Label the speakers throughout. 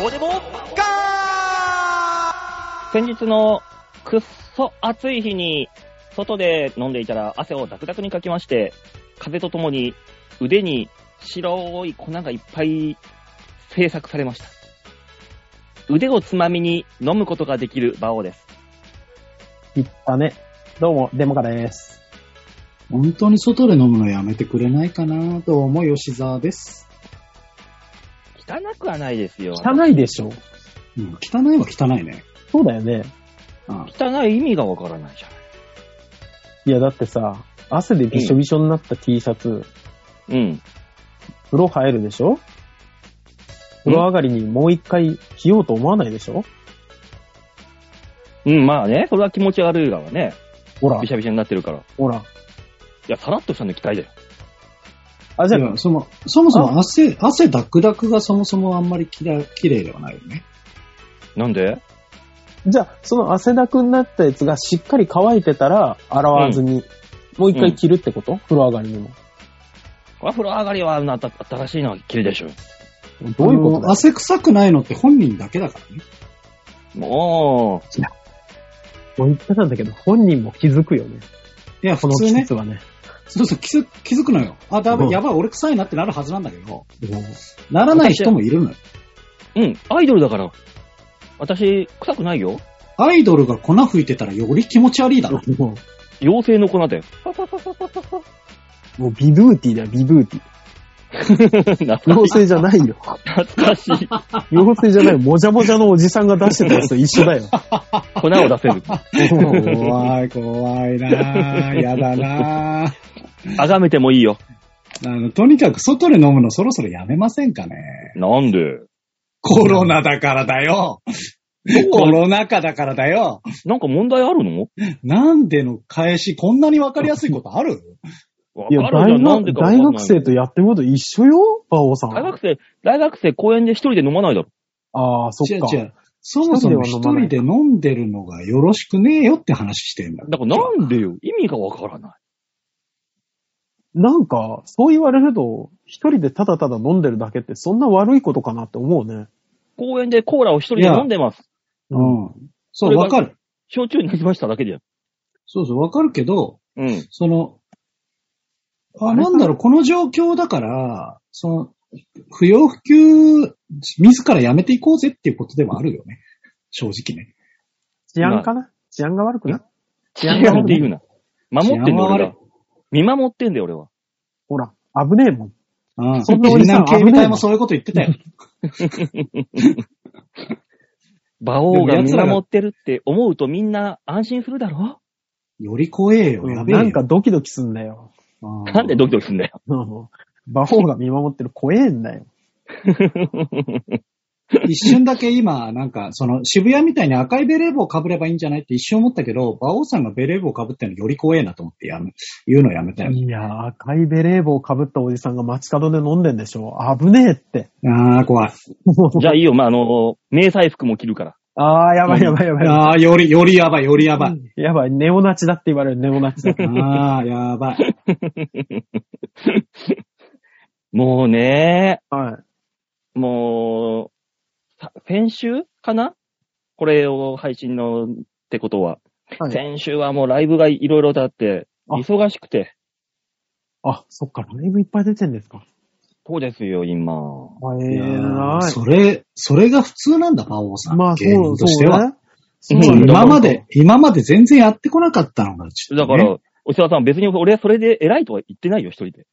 Speaker 1: どうでもガ
Speaker 2: 先日のくっそ暑い日に、外で飲んでいたら汗をダクダクにかきまして、風とともに腕に白い粉がいっぱい制作されました。腕をつまみに飲むことができる馬王です。
Speaker 3: いったね。どうも、デモカです。
Speaker 4: 本当に外で飲むのやめてくれないかなと思う吉沢です。
Speaker 2: 汚くはないですよ。
Speaker 3: 汚いでしょ
Speaker 4: うん、汚いは汚いね。
Speaker 3: そうだよね。
Speaker 4: あ
Speaker 2: 汚い意味がわからないじゃ
Speaker 3: いや、だってさ、汗でびしょびしょになった T シャツ、
Speaker 2: ない。うん。
Speaker 3: 風呂入るでしょ風呂上がりにもう一回着ようと思わないでしょ
Speaker 2: うん、まあね、それは気持ち悪いがわね。
Speaker 3: ほら
Speaker 2: び、しゃびしゃになってるから。い
Speaker 3: ほら。
Speaker 2: や、さらっとしたの着たいだよ。
Speaker 3: あ、じゃ
Speaker 4: い
Speaker 3: あ、
Speaker 4: やそもそもそも汗、汗ダクダクがそもそもあんまりきら綺麗ではないよね。
Speaker 2: なんで
Speaker 3: じゃあ、その汗だくになったやつがしっかり乾いてたら、洗わずに、もう一回着るってこと、風呂上がりにも。
Speaker 2: ワフロ上がりはあんなた新しいのは着るでしょ。
Speaker 3: どういうことだ
Speaker 4: あの
Speaker 3: よ
Speaker 4: 汗臭くないのって本人だけだからね。
Speaker 2: も
Speaker 3: もう言ってたんだけど、本人も気づくよね。
Speaker 4: いや、
Speaker 3: こ
Speaker 4: 普
Speaker 3: の
Speaker 4: 通
Speaker 3: 季
Speaker 4: ね。
Speaker 3: 節はね。
Speaker 4: そうそう、気づ気づくのよ。あ、だ
Speaker 3: う
Speaker 4: め、
Speaker 3: ん
Speaker 4: やばい、俺臭いなってなるはずなんだけど、
Speaker 3: もう
Speaker 4: ならない人もいるのよ。
Speaker 2: う、うん、アイドルだから。私、臭くないよ。
Speaker 4: アイドルが粉吹いてたらより気持ち悪い だろ。
Speaker 3: も
Speaker 2: 妖精の粉だよ。
Speaker 3: う、もうビドゥーティーだよ、ビドゥーティー。
Speaker 2: 懐
Speaker 3: 妖
Speaker 2: かしい。
Speaker 3: 精じゃないよ。
Speaker 2: 懐かしい。
Speaker 3: 妖精じゃない、 もじゃもじゃのおじさんが出してたやつと一緒だよ。
Speaker 2: 粉を出せ る。
Speaker 4: 怖い、怖い なぁ。やだなぁ。
Speaker 2: あがめてもいいよ。
Speaker 4: あの、とにかく外で飲むのそろそろやめませんかね。
Speaker 2: なんで
Speaker 4: コロナだからだよ。コロナ禍だからだよ。
Speaker 2: なんか問題あるの
Speaker 4: なんでの返し、こんなにわかりやすいことある
Speaker 2: わ
Speaker 3: いや、
Speaker 2: かるじゃ
Speaker 3: 大
Speaker 2: ん。なんで
Speaker 3: 学
Speaker 2: かわか
Speaker 3: 大
Speaker 2: んない
Speaker 3: 学生とやってること一緒よ、馬王さん。
Speaker 2: 大学生、大学生公園で一人で飲まないだろ。
Speaker 3: ああ、そ
Speaker 4: 違
Speaker 3: っ
Speaker 4: う
Speaker 3: か。
Speaker 4: 違う。そもそも一人で飲んでるのがよろしくねえよって話してんだ。
Speaker 2: だからなんでよ。意味がわからない。
Speaker 3: なんか、そう言われると、一人でただただ飲んでるだけって、そんな悪いことかなって思うね。
Speaker 2: 公園でコーラを一人で飲んでます。
Speaker 4: うん。
Speaker 2: そ
Speaker 4: そ、
Speaker 2: うれが
Speaker 4: わかる。
Speaker 2: 焼酎になりましただけじゃん。
Speaker 4: そうそう、わかるけど、
Speaker 2: うん。
Speaker 4: その、あ、
Speaker 3: あれ
Speaker 4: なんだろう、この状況だから、その、不要不急、自らやめていこうぜっていうことではあるよね。正直ね。
Speaker 3: 治安かな治安が悪くな
Speaker 2: 治安って言うな。守ってんだよ、俺
Speaker 4: 治安は悪
Speaker 2: が。見守ってんだよ、俺は。
Speaker 3: ほら、危ねえもん。
Speaker 4: ああ、
Speaker 3: そんなお
Speaker 4: 水
Speaker 3: じさん
Speaker 4: 難警備隊もそういうこと言ってたよ。
Speaker 2: 馬王が見守ってるって思うとみんな安心するだろ
Speaker 4: より怖えよ、やべえよ。
Speaker 3: なんかドキドキすんだよ。
Speaker 4: ああ
Speaker 2: なんでドキドキすんだ よ。
Speaker 3: うん馬王が見守ってる怖えんだよ。
Speaker 4: 一瞬だけ今、なんか、その渋谷みたいに赤いベレー帽を被ればいいんじゃないって一瞬思ったけど、馬王さんがベレー帽を被ってるのより怖えなと思ってやめ、言うのやめたよ。
Speaker 3: いやー、赤いベレー帽をかぶったおじさんが街角で飲んでんでしょ。危ねえって。
Speaker 4: ああ、怖い。
Speaker 2: じゃあいいよ、まあ、あの、迷彩服も着るから。
Speaker 3: ああ、やばいやばいやばい。
Speaker 4: ああ、より、よりやばい、よりやばい。
Speaker 3: やばい、ネオナチだって言われる、ネオナチだ。
Speaker 4: ああ、やばい。
Speaker 2: もうね、
Speaker 3: はい。
Speaker 2: もう、さ先週かなこれを配信のってことは。
Speaker 3: はい
Speaker 2: 先週はもうライブがいろいろだって、
Speaker 3: あ
Speaker 2: 忙しくて。
Speaker 3: あ、そっか、ライブいっぱい出てんですか。
Speaker 2: そうですよ、今。
Speaker 3: ええなーい。
Speaker 4: それ、それが普通なんだ、馬王さん。
Speaker 3: まあ、そ
Speaker 4: 芸人
Speaker 3: う、
Speaker 4: とし
Speaker 3: そ
Speaker 4: て
Speaker 3: う
Speaker 4: は。
Speaker 2: う
Speaker 3: ね。
Speaker 4: そう
Speaker 2: だから
Speaker 4: 今まで、今まで全然やってこなかったのが、ちょっ
Speaker 2: だ
Speaker 4: と
Speaker 2: か
Speaker 4: ね
Speaker 2: ら、お世話さん、別に俺はそれで偉いとは言ってないよ、一人 で。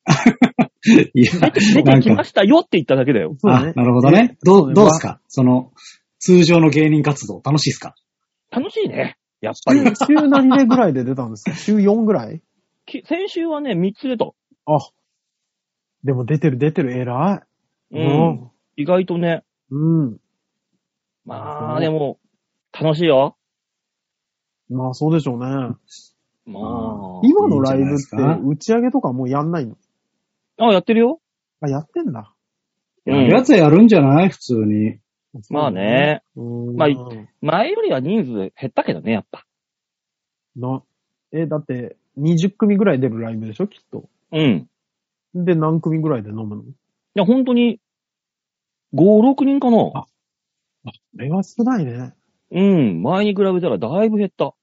Speaker 4: いや、
Speaker 2: 出
Speaker 4: な
Speaker 2: て
Speaker 4: ん
Speaker 2: き
Speaker 4: か
Speaker 2: ま、したよって言っただけだよ。
Speaker 3: そうだ
Speaker 4: あ
Speaker 3: ね、。
Speaker 4: なるほどね。ど
Speaker 3: そう
Speaker 4: う、
Speaker 3: ね
Speaker 4: どうですかその、通常の芸人活動、楽しいですか
Speaker 2: 楽しいね。やっぱり。
Speaker 3: 週週何でぐらいで出たんですか週4ぐらい
Speaker 2: き先週はね、3つ出た。
Speaker 3: あ。でも出てる出てる、偉い。
Speaker 2: うん。意外とね。
Speaker 3: うん。うん。
Speaker 2: まあ、でも、楽しいよ。
Speaker 3: まあ、そうでしょうね。
Speaker 2: まあ。
Speaker 3: 今のライブ
Speaker 4: いいん
Speaker 3: っ
Speaker 4: じ
Speaker 3: て
Speaker 4: ゃないですか
Speaker 3: 打ち上げとかもうやんないの
Speaker 2: あ、やってるよ。
Speaker 3: あ、やってんだ。
Speaker 2: う
Speaker 4: やるや
Speaker 2: ん。
Speaker 4: つはやるんじゃない普通に。
Speaker 2: まあ。ね。
Speaker 3: うーん。
Speaker 2: まあい前よりは人数減ったけどね、やっぱ。
Speaker 3: な、え、だって、20組ぐらい出るライブでしょきっと。
Speaker 2: うん。
Speaker 3: で、何組ぐらいで飲むの
Speaker 2: いや、本当に、5、6人かな。
Speaker 3: あれは少ないね。
Speaker 2: うん、前に比べたらだいぶ減った。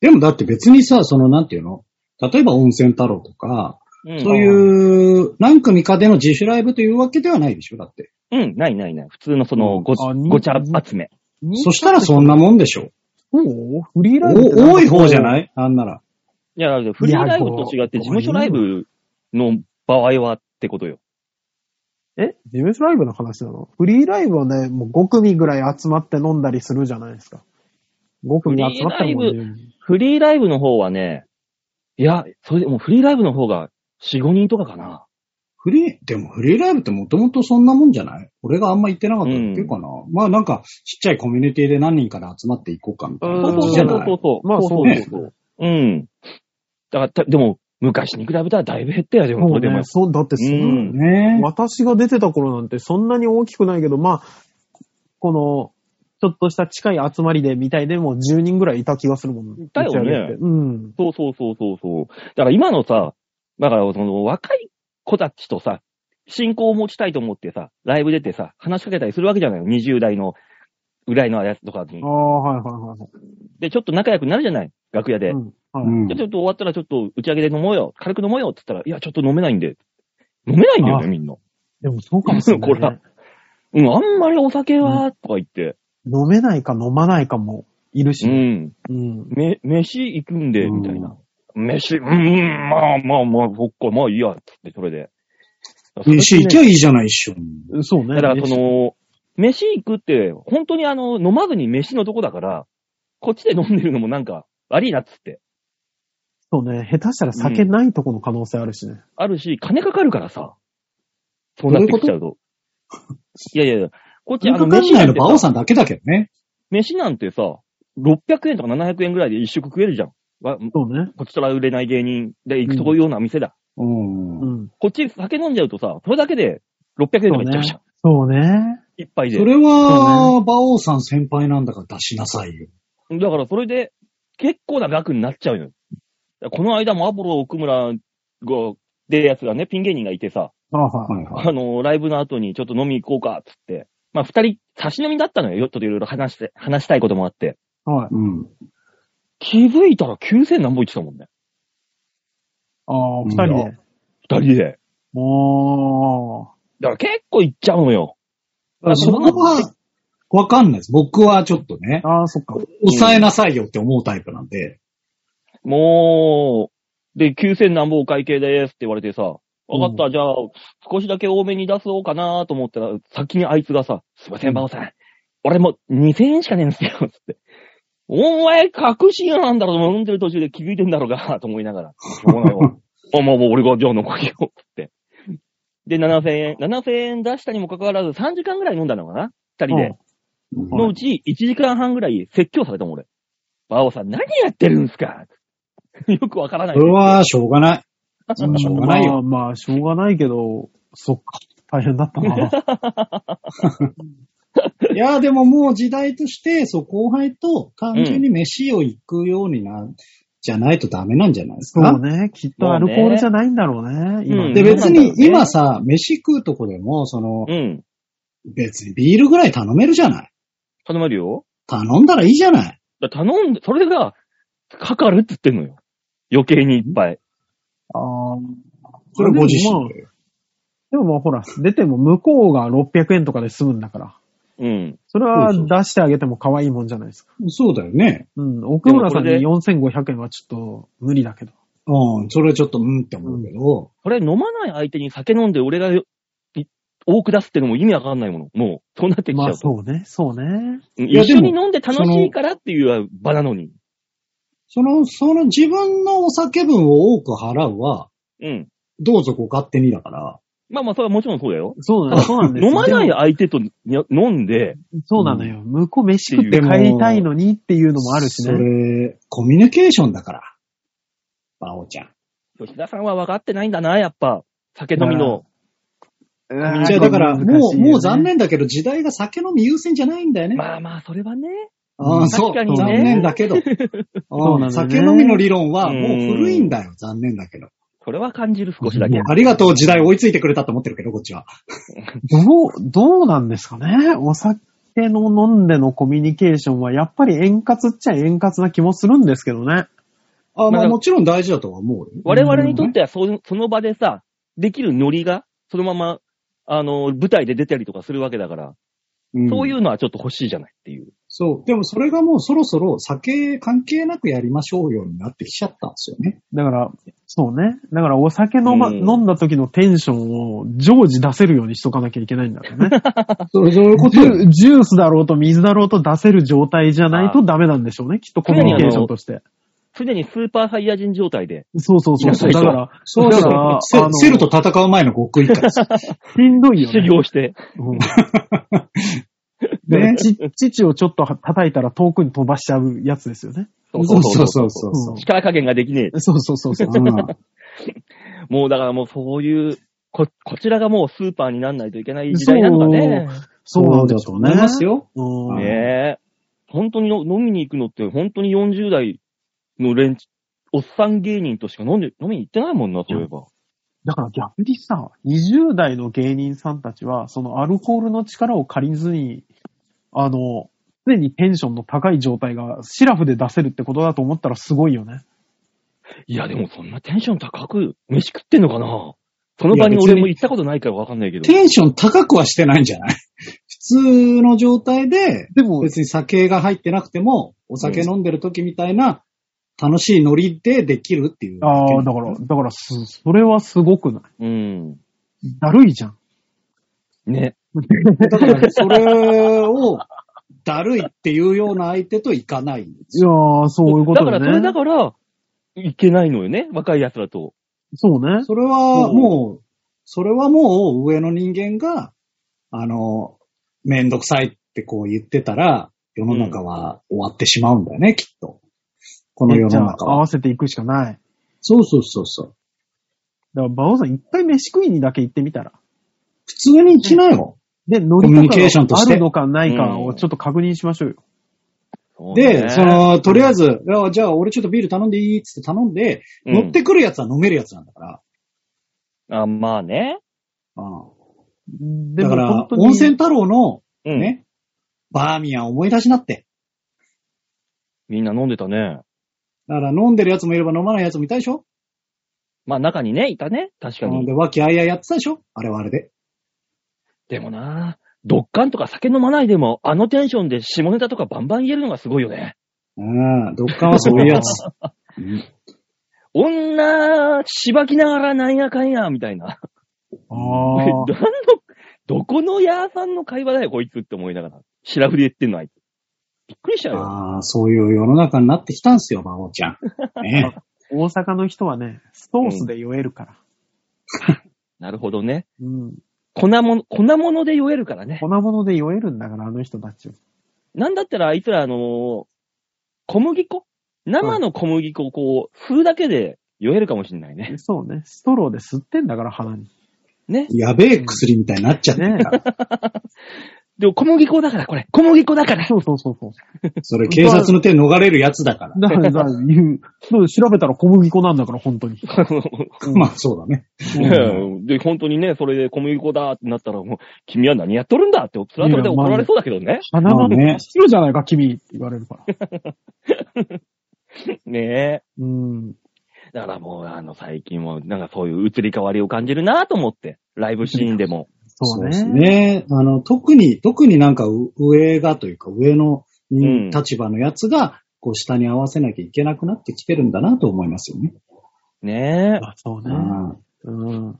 Speaker 4: でもだって別にさ、そのなんていうの例えば温泉太郎とか、
Speaker 2: うん、
Speaker 4: そういう何組かでの自主ライブというわけではないでしょだって。
Speaker 2: うん、ないないない。普通のそのご、
Speaker 3: あに
Speaker 2: ごちゃ集め。
Speaker 4: そしたらそんなもんでしょ
Speaker 3: そうフリーライブって
Speaker 4: お多い方じゃ
Speaker 3: い
Speaker 4: ないなんなら。
Speaker 2: いや、だけどフリーライブと違って事務所ライブの場合はってことよ。
Speaker 3: 事務所ライブの話なのフリーライブはね、もう5組ぐらい集まって飲んだりするじゃないですか。5組集まったらもう
Speaker 2: フリーフリーライブの方はね、いや、それでもフリーライブの方が4、5人とかかな。
Speaker 4: フリー、でもフリーライブってもともとそんなもんじゃない俺があんま行ってなかったっていうかな、まあなんかちっちゃいコミュニティで何人かで集まっていこうかみたいな
Speaker 2: そう
Speaker 4: 感
Speaker 2: そう
Speaker 4: じ
Speaker 2: そ
Speaker 4: じゃ
Speaker 2: う
Speaker 4: な
Speaker 2: そ
Speaker 4: いう
Speaker 2: そう。
Speaker 3: まあそう
Speaker 4: ね
Speaker 3: そうそう。
Speaker 2: うん。だからた、でも、昔に比べたらだいぶ減ったよ、でも、
Speaker 3: も
Speaker 2: そうれでも
Speaker 3: ね、。そう、だってそんな
Speaker 2: うん
Speaker 4: ね
Speaker 3: 私が出てた頃なんてそんなに大きくないけど、まあ、この、ちょっとした近い集まりでみたいでもう10人ぐらいいた気がするもん。
Speaker 2: いたよね
Speaker 3: 打ち上げってうん。
Speaker 2: そうそうそうそうそう。だから今のさ、だからその若い子たちとさ、信仰を持ちたいと思ってさ、ライブ出てさ、話しかけたりするわけじゃないの。20代の、ぐらいのやつとかに
Speaker 3: あ。あ、はいはいはいはい。
Speaker 2: で、ちょっと仲良くなるじゃない楽屋で。
Speaker 3: うんは
Speaker 4: う
Speaker 3: い
Speaker 4: ん
Speaker 2: じゃあちょっと終わったらちょっと打ち上げで飲もうよ。軽く飲もうよって言ったら、いや、ちょっと飲めないんで。飲めないんだよね、
Speaker 3: あ
Speaker 2: みんな。
Speaker 3: でもそうかもしれな
Speaker 2: こ
Speaker 3: い、
Speaker 2: れは
Speaker 3: ね。
Speaker 2: うん、あんまりお酒は、とか言って。
Speaker 3: 飲めないか飲まないかもいる
Speaker 2: う
Speaker 3: し。
Speaker 2: ん。
Speaker 3: うん。
Speaker 2: め、飯行くんで、
Speaker 4: うん
Speaker 2: みたいな。飯、うん、うんまあまあまあ、そっか、まあいいや、つって、それで。
Speaker 4: 飯行きゃいいじゃない、一緒に。
Speaker 3: そうね。
Speaker 2: だからその、飯行くって、本当にあの、飲まずに飯のとこだから、こっちで飲んでるのもなんか、悪いなっつって。
Speaker 3: そうね、下手したら酒ないとこの可能性あるしね。
Speaker 2: あるし、金かかるからさ。そうなってきちゃうと。いやいやいや、こっちあ
Speaker 4: 金
Speaker 2: の、
Speaker 4: かかん
Speaker 2: 飯な
Speaker 4: ない
Speaker 2: ん
Speaker 4: の、
Speaker 2: て
Speaker 4: 馬王
Speaker 2: さ、
Speaker 4: さんだけだけどね。
Speaker 2: 飯なんてさ、600円とか700円ぐらいで一食食えるじゃん。わ
Speaker 3: そうね。
Speaker 2: こっちとら売れない芸人で行くとこような店だ。
Speaker 4: うん。
Speaker 3: うん。
Speaker 2: こっち酒飲んじゃうとさ、それだけで600円とかいっちゃうじゃん。
Speaker 3: そうね。
Speaker 2: 一杯で
Speaker 4: そ。れは、馬王さん先輩なんだから出しなさいよ。
Speaker 2: だからそれで、結構な額になっちゃうよ。この間もアポロ奥村が、でやつがね、ピン芸人がいてさ、
Speaker 3: ああはい。
Speaker 4: はいはい。
Speaker 2: あの、ライブの後にちょっと飲み行こうか、つって。まあ、二人、差し飲みだったのよ。ちょっといろいろ話して、話したいこともあって。
Speaker 3: はい。
Speaker 4: うん。
Speaker 2: 気づいたら9000何本行ってたもんね。
Speaker 3: ああ、二
Speaker 4: い
Speaker 3: 人
Speaker 4: や
Speaker 3: で。
Speaker 2: 二人で。
Speaker 3: も
Speaker 2: だから結構行っちゃうのよ。
Speaker 4: あそこは、わかんないです。僕はちょっとね
Speaker 3: う、、ああ、そっか。
Speaker 4: 抑えなさいよって思うタイプなんで。
Speaker 2: もう、で、9000何本お会計ですって言われてさ、わかった、じゃあ、少しだけ多めに出そうかなと思ったら、先にあいつがさ、すいません、バオさん。俺もう2000円しかねえんですよ、つって。お前、確信犯なんだろう、飲んでる途中で気づいてんだろうが、と思いながら。しょうがないわ。あ、もう、もう俺が、じゃあ残りを、つって。で、7000円、7000円出したにもかかわらず、3時間ぐらい飲んだのかな二人で。
Speaker 4: うん
Speaker 2: のうち、1時間半ぐらい説教されたもん、俺。バオさん、何やってるんすか よくわからない
Speaker 4: そ。れは、しょうがない。
Speaker 3: う
Speaker 4: そんなしょうがないよ。
Speaker 3: まあ、まあ、しょうがないけど、そっか。大変だったな。
Speaker 4: いや、でももう時代として、そう、後輩と単純に飯を行くようにな、じゃないとダメなんじゃないです
Speaker 3: そ
Speaker 4: か。
Speaker 3: うね。きっとアルコールじゃないんだろうね。今
Speaker 2: うん
Speaker 4: で、別
Speaker 2: そうな
Speaker 4: に
Speaker 2: んだよね
Speaker 4: 今さ、飯食うとこでも、その
Speaker 2: う、ん。
Speaker 4: 別にビールぐらい頼めるじゃない。
Speaker 2: 頼めるよ。
Speaker 4: 頼んだらいいじゃない。
Speaker 2: だ頼んで、それが、かかるって言ってんのよ。余計にいっぱい。
Speaker 3: ああ。
Speaker 4: それご自
Speaker 3: でもまあ
Speaker 4: 身で。
Speaker 3: でもまあほら、出ても向こうが600円とかで済むんだから。
Speaker 2: うん。
Speaker 3: それは
Speaker 4: そう
Speaker 3: 出してあげても可愛いもんじゃないですか。
Speaker 4: そうだよね。
Speaker 3: うん。奥村さんに
Speaker 2: で
Speaker 3: 4500円はちょっと無理だけど。
Speaker 4: うん、それはちょっと、うんって思うけど、
Speaker 2: それ飲まない相手に酒飲んで俺がよい多く出すってのも意味わかんないもの。もう、そうなってきち
Speaker 3: ま
Speaker 2: ゃ
Speaker 3: あ
Speaker 2: うと。
Speaker 3: そうね、そうね。
Speaker 2: うん
Speaker 4: いや
Speaker 2: 一緒に
Speaker 4: で
Speaker 2: 飲んで楽しいからっていう場なのに。
Speaker 4: その、その自分のお酒分を多く払うは、
Speaker 2: うん。
Speaker 4: どうぞご勝手にだから。
Speaker 2: まあまあ、それはもちろんそうだよ。
Speaker 3: そうなの、そうなんですよ
Speaker 2: 飲まない
Speaker 3: でも
Speaker 2: 相手とに飲んで、
Speaker 3: そうなのよ。向こう飯食って帰りたいのにっていうのもあるし
Speaker 4: そ
Speaker 3: ね。
Speaker 4: れ、コミュニケーションだから。バオちゃん。
Speaker 2: 吉田さんは分かってないんだな、やっぱ。酒飲みの。
Speaker 3: うん
Speaker 4: じゃあだから、もう、も
Speaker 3: 難
Speaker 4: う残。
Speaker 3: しいよね
Speaker 4: 念だけど、時代が酒飲み優先じゃないんだよね。
Speaker 2: まあまあ、それはね。
Speaker 4: ああ、そう。
Speaker 2: 確かにね
Speaker 4: 残念だけど。
Speaker 3: うなのね
Speaker 4: うん酒飲みの理論はもう古いんだよ。残念だけど。
Speaker 2: それは感じる少しだけ。
Speaker 4: ありがとう、時代追いついてくれたと思ってるけど、こっちは。
Speaker 3: どう、どうなんですかねお酒酒の飲んでのコミュニケーションはやっぱり円滑っちゃ円滑な気もするんですけどね。
Speaker 4: あま
Speaker 2: な
Speaker 4: あ
Speaker 2: んか
Speaker 4: もちろん大事だとは思うよ。
Speaker 2: 我々にとってはそ、その場でさ、できるノリが、そのまま、あの、舞台で出たりとかするわけだから、
Speaker 4: うん
Speaker 2: そういうのはちょっと欲しいじゃないっていう。
Speaker 4: そう。でもそれがもうそろそろ酒関係なくやりましょうようになってきちゃったんですよね。
Speaker 3: だから、そうね。だからお酒飲,、ま、
Speaker 2: うん
Speaker 3: 飲んだ時のテンションを常時出せるようにしとかなきゃいけないんだろうね。
Speaker 4: そうそういうこと
Speaker 3: ジ
Speaker 4: よ
Speaker 3: ュジュースだろうと水だろうと出せる状態じゃないとダメなんでしょうね。きっとコミュニケーションとして。
Speaker 2: 常にスーパーサイヤ人状態で。
Speaker 3: そうそうそうそう。
Speaker 2: いや
Speaker 3: だから、
Speaker 4: そう
Speaker 3: だ
Speaker 4: だ
Speaker 3: か
Speaker 4: からら、セ
Speaker 3: あの
Speaker 4: セルと戦う前の極意からさ
Speaker 3: しんどいよ
Speaker 2: 修
Speaker 3: ね。
Speaker 2: 行して。
Speaker 3: うん
Speaker 4: ね
Speaker 3: で、ち、父をちょっと叩いたら遠くに飛ばしちゃうやつですよね。
Speaker 4: そうそうそうそう。
Speaker 3: そう
Speaker 2: 力加減ができね
Speaker 3: そうそうそうそう。
Speaker 4: う
Speaker 2: え。もうだからもうそういう、こ、こちらがもうスーパーになんないといけない時
Speaker 3: そう
Speaker 2: 代なのかね。
Speaker 3: そうなんんでしょうね。
Speaker 4: 思いますよ。
Speaker 3: うん。
Speaker 4: そう
Speaker 2: ねえ。本当にの飲みに行くのって、本当に40代の連中、おっさん芸人としか飲んで、飲みに行ってないもんな、そういえば。
Speaker 3: だから逆にさ、20代の芸人さんたちは、そのアルコールの力を借りずに、あの、常にテンションの高い状態がシラフで出せるってことだと思ったらすごいよね。
Speaker 2: いや、でもそんなテンション高く、飯食ってんのかなその場に俺も行ったことないからわかんないけど。
Speaker 4: テンション高くはしてないんじゃない普通の状態で、
Speaker 3: でも、
Speaker 4: 別に酒が入ってなくても、お酒飲んでる時みたいな楽しいノリでできるっていう。
Speaker 3: ああ、だから、だからす、それはすごくない。
Speaker 2: うん。
Speaker 3: だるいじゃん。
Speaker 2: ね。
Speaker 4: だから、それを、だるいっていうような相手と行かないんです
Speaker 3: いやー、そういうこと
Speaker 2: だ
Speaker 3: よね。
Speaker 2: から、それだから、いけないのよね、若い奴らと。
Speaker 3: そうね。
Speaker 4: それはもう、それはもう上の人間が、あの、めんどくさいってこう言ってたら、世の中は終わってしまうんだよね、きっと。この世
Speaker 3: じゃ
Speaker 4: の
Speaker 3: あ
Speaker 4: 中
Speaker 3: 合
Speaker 4: は。
Speaker 3: わせていくしかない。
Speaker 4: そうそうそうそう。
Speaker 3: だから、馬王さん一回飯食いにだけ行ってみたら。
Speaker 4: 普通に来なよ。
Speaker 3: で、ノリ
Speaker 4: コミュニ
Speaker 3: と
Speaker 4: ケーション
Speaker 3: か
Speaker 4: と
Speaker 3: があ
Speaker 4: して
Speaker 3: るのかないかをちょっと確認しましょうよ。
Speaker 4: で、そ、の、とりあえず、いやじゃあ俺ちょっとビール頼んでいいっつって頼んで、乗ってくるやつは飲めるやつなんだから。
Speaker 2: あ、まあね。
Speaker 4: うん
Speaker 3: で
Speaker 4: だ
Speaker 3: も
Speaker 4: から
Speaker 3: 本、当に
Speaker 4: 温泉太郎の、
Speaker 2: うん。
Speaker 4: ね、バーミヤン思い出しなって。
Speaker 2: みんな飲んでたね。
Speaker 4: だから飲んでるやつもいれば飲まないやつもいたでしょ
Speaker 2: まあ中にね、いたね。確か
Speaker 4: うん
Speaker 2: に。
Speaker 4: で、和気あいあいやってたでしょあれはあれで。
Speaker 2: でもな、ドッカンとか酒飲まないでも、あのテンションで下ネタとかバンバン言えるのがすごいよね。
Speaker 4: うん、ドッカンはそういうや つ。
Speaker 2: 女、しばきながらなんやかんや、みたいな。
Speaker 3: あ
Speaker 2: どの、どこのヤーさんの会話だよ、こいつって思いながら。白らふりで言ってんの、あいつ。びっくりしたよ。
Speaker 4: ああ、そういう世の中になってきたんすよ、馬王ちゃん。ね え
Speaker 3: ー大阪の人はね、ソースで酔えるから。
Speaker 2: なるほどね。
Speaker 3: うん。
Speaker 2: 粉も、粉物で酔えるからね。
Speaker 3: 粉物で酔えるんだから、あの人たちは。
Speaker 2: なんだったらあいつら、あのー小麦粉生の小麦粉をこう、吸うだけで酔えるかもしれないね。
Speaker 3: そうね。ストローで吸ってんだから、鼻に。
Speaker 2: ね。
Speaker 4: やべえ薬みたいになっちゃってるから。
Speaker 2: でも小麦粉だから、これ。小麦粉だから。
Speaker 3: そうそうそうそう。
Speaker 4: それ警察の手逃れるやつだから。
Speaker 3: だから、だから言う。 そう調べたら小麦粉なんだから、本当 に。
Speaker 4: まあそうだね。
Speaker 2: ねで、本当にね、それで小麦粉だってなったら、もう、君は何やっとるんだって、それはそれで怒られそうだけどね。
Speaker 3: 鼻が
Speaker 4: まあね
Speaker 3: 白じゃないか、君って言われるから。
Speaker 2: ね
Speaker 3: うん。
Speaker 2: え。だからもう、あの、最近も、なんかそういう移り変わりを感じるなと思って、ライブシーンでも。
Speaker 3: そう
Speaker 4: です
Speaker 3: ね。
Speaker 4: ね。あの、特に、特になんかう上がというか、上の
Speaker 2: うん
Speaker 4: 立場のやつが、こう下に合わせなきゃいけなくなってきてるんだなと思いますよね。
Speaker 2: ね
Speaker 3: あそう
Speaker 4: う
Speaker 3: ね。
Speaker 4: ん
Speaker 3: うん。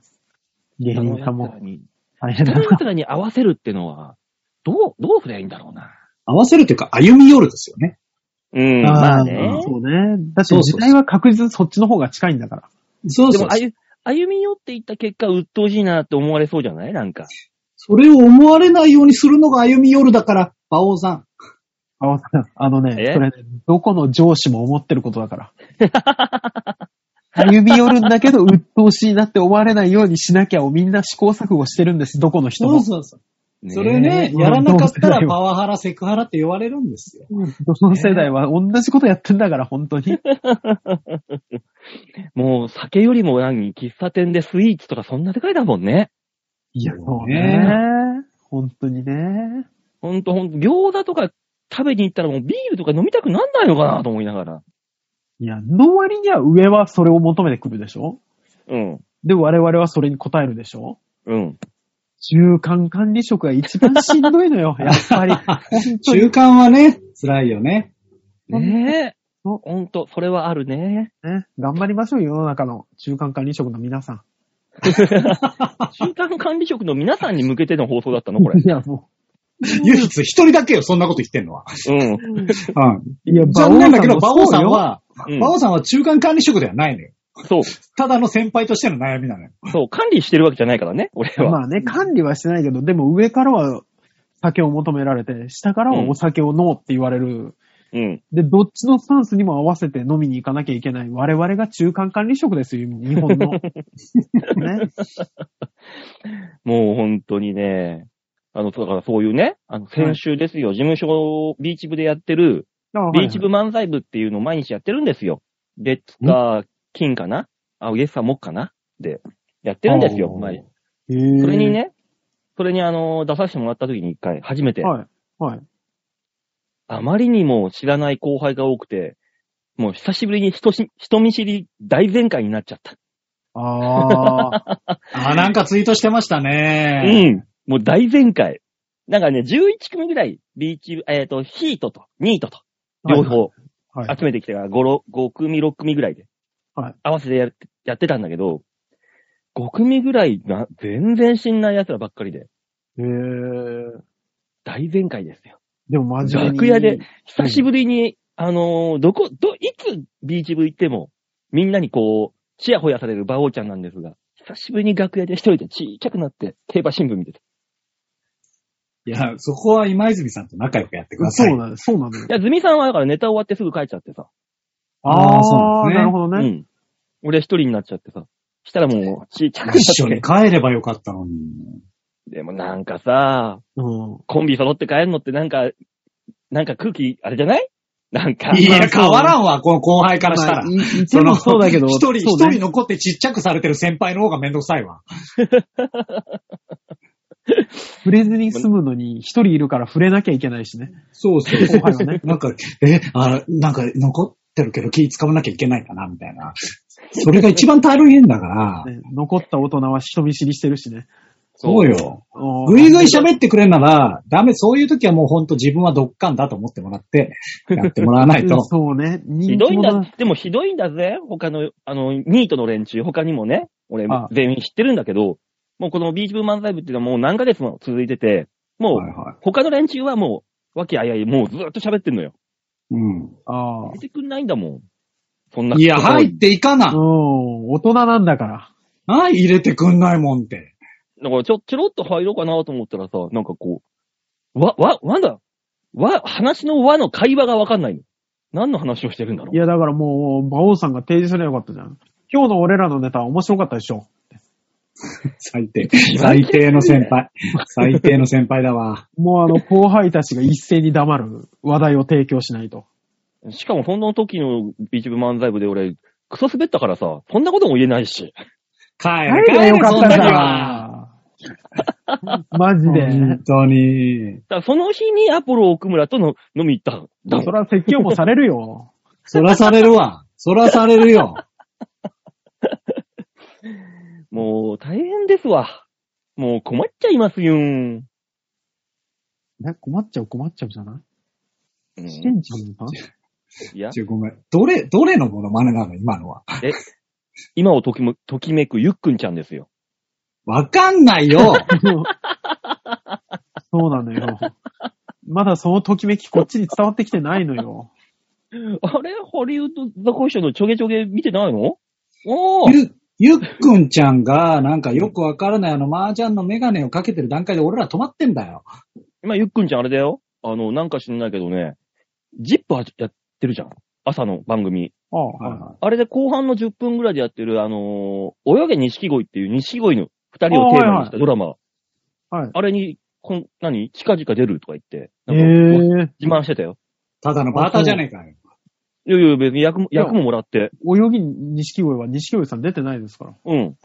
Speaker 2: え。
Speaker 3: 芸人さん
Speaker 2: その奴
Speaker 3: も
Speaker 2: らに
Speaker 3: 大変
Speaker 2: そ
Speaker 3: だ
Speaker 2: の
Speaker 3: な。
Speaker 2: 奴らに合わせるってのは、どう、どうすりゃいいんだろうな。
Speaker 4: 合わせるというか、歩み寄るですよね。
Speaker 2: うん、
Speaker 3: あー
Speaker 2: まあね。
Speaker 3: そうね。だって
Speaker 4: そうそ
Speaker 3: 時
Speaker 4: う
Speaker 3: 代は確実にそっちの方が近いんだから。
Speaker 4: そう
Speaker 2: で
Speaker 4: そう
Speaker 2: も、あゆ、歩み寄っていった結果、鬱陶しいなって思われそうじゃないなんか。
Speaker 4: それを思われないようにするのが歩み寄るだから、馬王さん。
Speaker 3: あわさんあのね、
Speaker 2: え
Speaker 3: それね、どこの上司も思ってることだから。 歩み寄るんだけど、鬱陶しいなって思われないようにしなきゃをみんな試行錯誤してるんです、どこの人
Speaker 4: そう
Speaker 3: も。
Speaker 4: そうそう。
Speaker 2: ねえ
Speaker 4: それね、
Speaker 3: うん
Speaker 4: やらなかった
Speaker 3: どうすればいい
Speaker 4: ら
Speaker 3: わ
Speaker 4: パワハラ、セクハラって言われるんですよ。
Speaker 3: どの世代は同じことやってんだから、本当に。
Speaker 2: もう、酒よりも何、喫茶店でスイーツとかそんなでかいだもんね。
Speaker 3: いや、
Speaker 4: そ
Speaker 3: そうう
Speaker 4: ね
Speaker 3: ね。本当にね。
Speaker 2: うほんとほんと、餃子とか食べに行ったらもうビールとか飲みたくなんないのかなと思いながら。
Speaker 3: いや、の割には上はそれを求めてくるでしょ
Speaker 2: うん。
Speaker 3: で、我々はそれに応えるでしょ
Speaker 2: うん。
Speaker 3: 中間管理職が一番しんどいのよ、やっぱり。本当
Speaker 4: 中
Speaker 3: に。
Speaker 4: 間はね、辛いよね。
Speaker 2: ねえ。
Speaker 3: お
Speaker 2: ほんと、それはある ね。
Speaker 3: ね、頑張りましょう、世の中の中間管理職の皆さ
Speaker 2: 中間管理職の皆さんに向けての放送だったのこれ
Speaker 3: ん。。いや、も
Speaker 4: 唯一一人だけよ、そんなこと言ってんのは。
Speaker 2: うん。
Speaker 4: う
Speaker 3: う。いや、
Speaker 4: ん。残念だけど、
Speaker 3: 馬
Speaker 4: 馬王
Speaker 3: 王
Speaker 4: さ
Speaker 3: さ
Speaker 4: ん
Speaker 3: んもそうよ、
Speaker 4: は、
Speaker 2: うん
Speaker 4: 馬王さんは中間管理職ではないのよ。
Speaker 2: そう。
Speaker 4: ただの先輩としての悩みなのよ。
Speaker 2: そう。管理してるわけじゃないからね、俺は。
Speaker 3: まあね、管理はしてないけど、でも上からは酒を求められて、下からはお酒を飲もうって言われる。
Speaker 2: うん。
Speaker 3: で、どっちのスタンスにも合わせて飲みに行かなきゃいけない。我々が中間管理職ですよ、今日本の。ね。
Speaker 2: もう本当にね。あの、だからそういうね、あの、先週ですよ、事務所、ビーチ部でやってる、ビーチ部漫才部っていうのを毎日やってるんですよ。月か、金かなあ、月か木かなで、やってるんですよ、
Speaker 4: おー
Speaker 2: 毎日。
Speaker 3: へー
Speaker 2: それに。ね、それにあの、出させてもらった時に一回、初めて、
Speaker 3: はい。はい。
Speaker 2: あまりにも知らない後輩が多くて、もう久しぶりに人し人見知り大全開になっちゃった。
Speaker 3: ああ。
Speaker 4: あ、なんかツイートしてました
Speaker 2: う
Speaker 4: ね。
Speaker 2: ん。もう大全開。なんかね、11組ぐらい、ビーチ、えっ、と、ヒートと、ニートと、両方
Speaker 3: はい。
Speaker 2: 集めてきたから、5、6組、6組ぐらいで、
Speaker 3: はい
Speaker 2: 合わせてやってやってたんだけど、5組ぐらいな、全然知んない奴らばっかりで、
Speaker 3: へー
Speaker 2: 大全開ですよ。
Speaker 3: でも真面目に。
Speaker 2: 楽屋で。久しぶりに、あのーどこ、ど、いつビーチ部行っても、みんなにこう、チヤホヤされる馬王ちゃんなんですが、久しぶりに楽屋で一人でちっちゃくなって、競馬新聞見てた。
Speaker 4: いや、そこは今泉さんと仲良くやってください。
Speaker 3: そうなの、そうなのよ
Speaker 2: い。や、ズミさんはだからネタ終わってすぐ帰っちゃってさ、
Speaker 4: あーそうなん
Speaker 3: ー
Speaker 4: ですね
Speaker 3: なるほど
Speaker 2: う
Speaker 3: ね。
Speaker 2: ん。俺一人になっちゃってさ、したらもう、ちっちゃくなって。
Speaker 4: 一緒に帰ればよかっ たのに。
Speaker 2: でもなんかさ、
Speaker 3: うん。
Speaker 2: コンビ揃って帰るのってなんか、なんか空気、あれじゃないなんか。
Speaker 4: いや、変わらんわ、この後輩からしたら
Speaker 3: まあ。いいてもそうだけど。
Speaker 4: 一人、一
Speaker 3: そうね
Speaker 4: 人残ってちっちゃくされてる先輩の方がめんどくさいわ。
Speaker 3: 触れずに済むのに、一人いるから触れなきゃいけないしね。
Speaker 4: そうそう
Speaker 3: 後輩はね
Speaker 4: なんか、え、あ、なんか残ってるけど気使わなきゃいけないかな、みたいな。それが一番大変 だから。
Speaker 3: ね残った大人は人見知りしてるしね。
Speaker 4: そうよ。
Speaker 3: おー。
Speaker 4: ぐいぐい喋ってくれんなら、ダメ、そういう時はもうほんと自分はドッカンだと思ってもらって、やってもらわないと
Speaker 3: そうね。
Speaker 2: ひ
Speaker 3: 人
Speaker 2: どい
Speaker 3: 気
Speaker 2: ん
Speaker 3: 者だ
Speaker 2: だ、でもひどいんだぜ。他の、あの、ニートの連中、他にもね、俺
Speaker 3: ああ、
Speaker 2: 全員知ってるんだけど、もうこのビーチ部漫才部っていうのはもう何ヶ月も続いてて、も
Speaker 4: は
Speaker 2: う、
Speaker 4: いは
Speaker 2: 他の連中はもう、わけあいあい、もうずーっと喋ってんのよ。
Speaker 4: い。う
Speaker 3: あ
Speaker 2: 出てくんないんだもん。そんな。
Speaker 4: ん。いや、入っていか
Speaker 3: あ。
Speaker 4: な
Speaker 3: う。ん。大人なんだから。
Speaker 4: はい、入れてくんないもんって。
Speaker 2: だからちょ、ちょろっと入ろうかなと思ったらさ、なんかこう、わ、わ、わだ、わ、話のわの会話がわかんないの。何の話をしてるんだろ
Speaker 3: いや、だからもう、馬王さんが提示すればよかったじゃん。今日の俺らのネタ面白かったでしょ。
Speaker 4: 最 低。最低の先輩。最低の先輩だわ。
Speaker 3: もうあの、後輩たちが一斉に黙る話題を提供しないと。
Speaker 2: う。しかも、そんな時のビーチ部漫才部で俺、クソ滑ったからさ、そんなことも言えないし。
Speaker 4: 帰れ、
Speaker 3: 帰ればよかった
Speaker 4: 帰れそんな
Speaker 3: じ
Speaker 4: には
Speaker 3: ゃん。マジで
Speaker 4: 本。当に。
Speaker 2: だからその日にアポロ奥村との飲み行ったんだもん
Speaker 3: そら説教もされるよ。
Speaker 4: そらされるわ。そらされるよ。
Speaker 2: もう、大変ですわ。もう困っちゃいますよん。
Speaker 3: ね、困っちゃう困っちゃうじゃない
Speaker 2: うん
Speaker 3: しんちゃんのさ
Speaker 2: いや、
Speaker 4: ちょごめん。どれ、どれのモノマネなの今のは。
Speaker 2: 今をときもときめくゆっくんちゃんですよ。
Speaker 4: わかんない よ。
Speaker 3: そうなのよ。まだそのときめきこっちに伝わってきてないのよ。
Speaker 2: あれハリウッドザコシショウのちょげちょげ見てないのおー
Speaker 4: ゆ、ゆっくんちゃんが、なんかよくわからないあの、麻雀のメガネをかけてる段階で俺ら止まってんだよ。
Speaker 2: 今、ゆっくんちゃんあれだよ。あの、なんか知んないけどね、ジップはやってるじゃん。朝の番組。
Speaker 3: ああ、
Speaker 4: はい
Speaker 3: はい。
Speaker 4: は
Speaker 2: あれで後半の10分ぐらいでやってる、あのー泳げ錦鯉っていう錦鯉の二人をテーマにしたドラマ。
Speaker 3: はい。
Speaker 2: あれに、こん、何近々出るとか言って。
Speaker 3: え
Speaker 2: なんか
Speaker 3: え
Speaker 2: 自慢してたよ。
Speaker 4: いただのバーターじゃねえかよ。
Speaker 2: いやいや、別に役も、役ももらって。
Speaker 3: 泳ぎ錦鯉は錦鯉さん出てないですから。
Speaker 2: うん。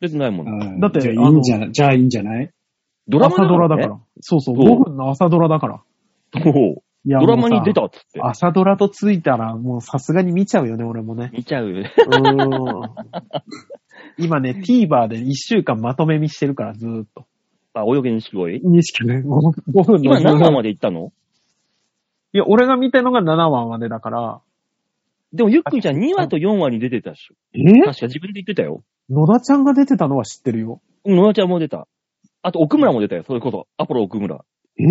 Speaker 2: 出てないもん。
Speaker 4: うん
Speaker 3: だって
Speaker 4: じゃあいいんじゃない、じゃあいいんじゃない
Speaker 2: ドラマ
Speaker 3: 朝ドラだか
Speaker 2: ね。
Speaker 3: ら。そうそう、
Speaker 2: そう
Speaker 3: 5分の朝ドラだから。
Speaker 2: そう。
Speaker 3: いや
Speaker 2: ドラマに出。
Speaker 3: も
Speaker 2: たっつって
Speaker 3: うさ。朝ドラとついたら、もうさすがに見ちゃうよね、俺もね。
Speaker 2: 見ちゃう。
Speaker 3: うーん今ね、TVer で1週間まとめ見してるから、ずーっと。
Speaker 2: あ、泳げにしごい。
Speaker 3: 認識ね、5分の
Speaker 2: 今何話
Speaker 3: い
Speaker 2: まで行ったの
Speaker 3: や、俺が見たのが7話までだから。
Speaker 2: でもゆっくりちゃん2話と4話に出てたでしょ。
Speaker 3: え
Speaker 2: 確か自分で言ってたよ。
Speaker 3: 野田ちゃんが出てたのは知ってるよ。
Speaker 2: 野田ちゃんも出た。あと奥村も出たよ。それこそ。アポロ奥村。
Speaker 3: え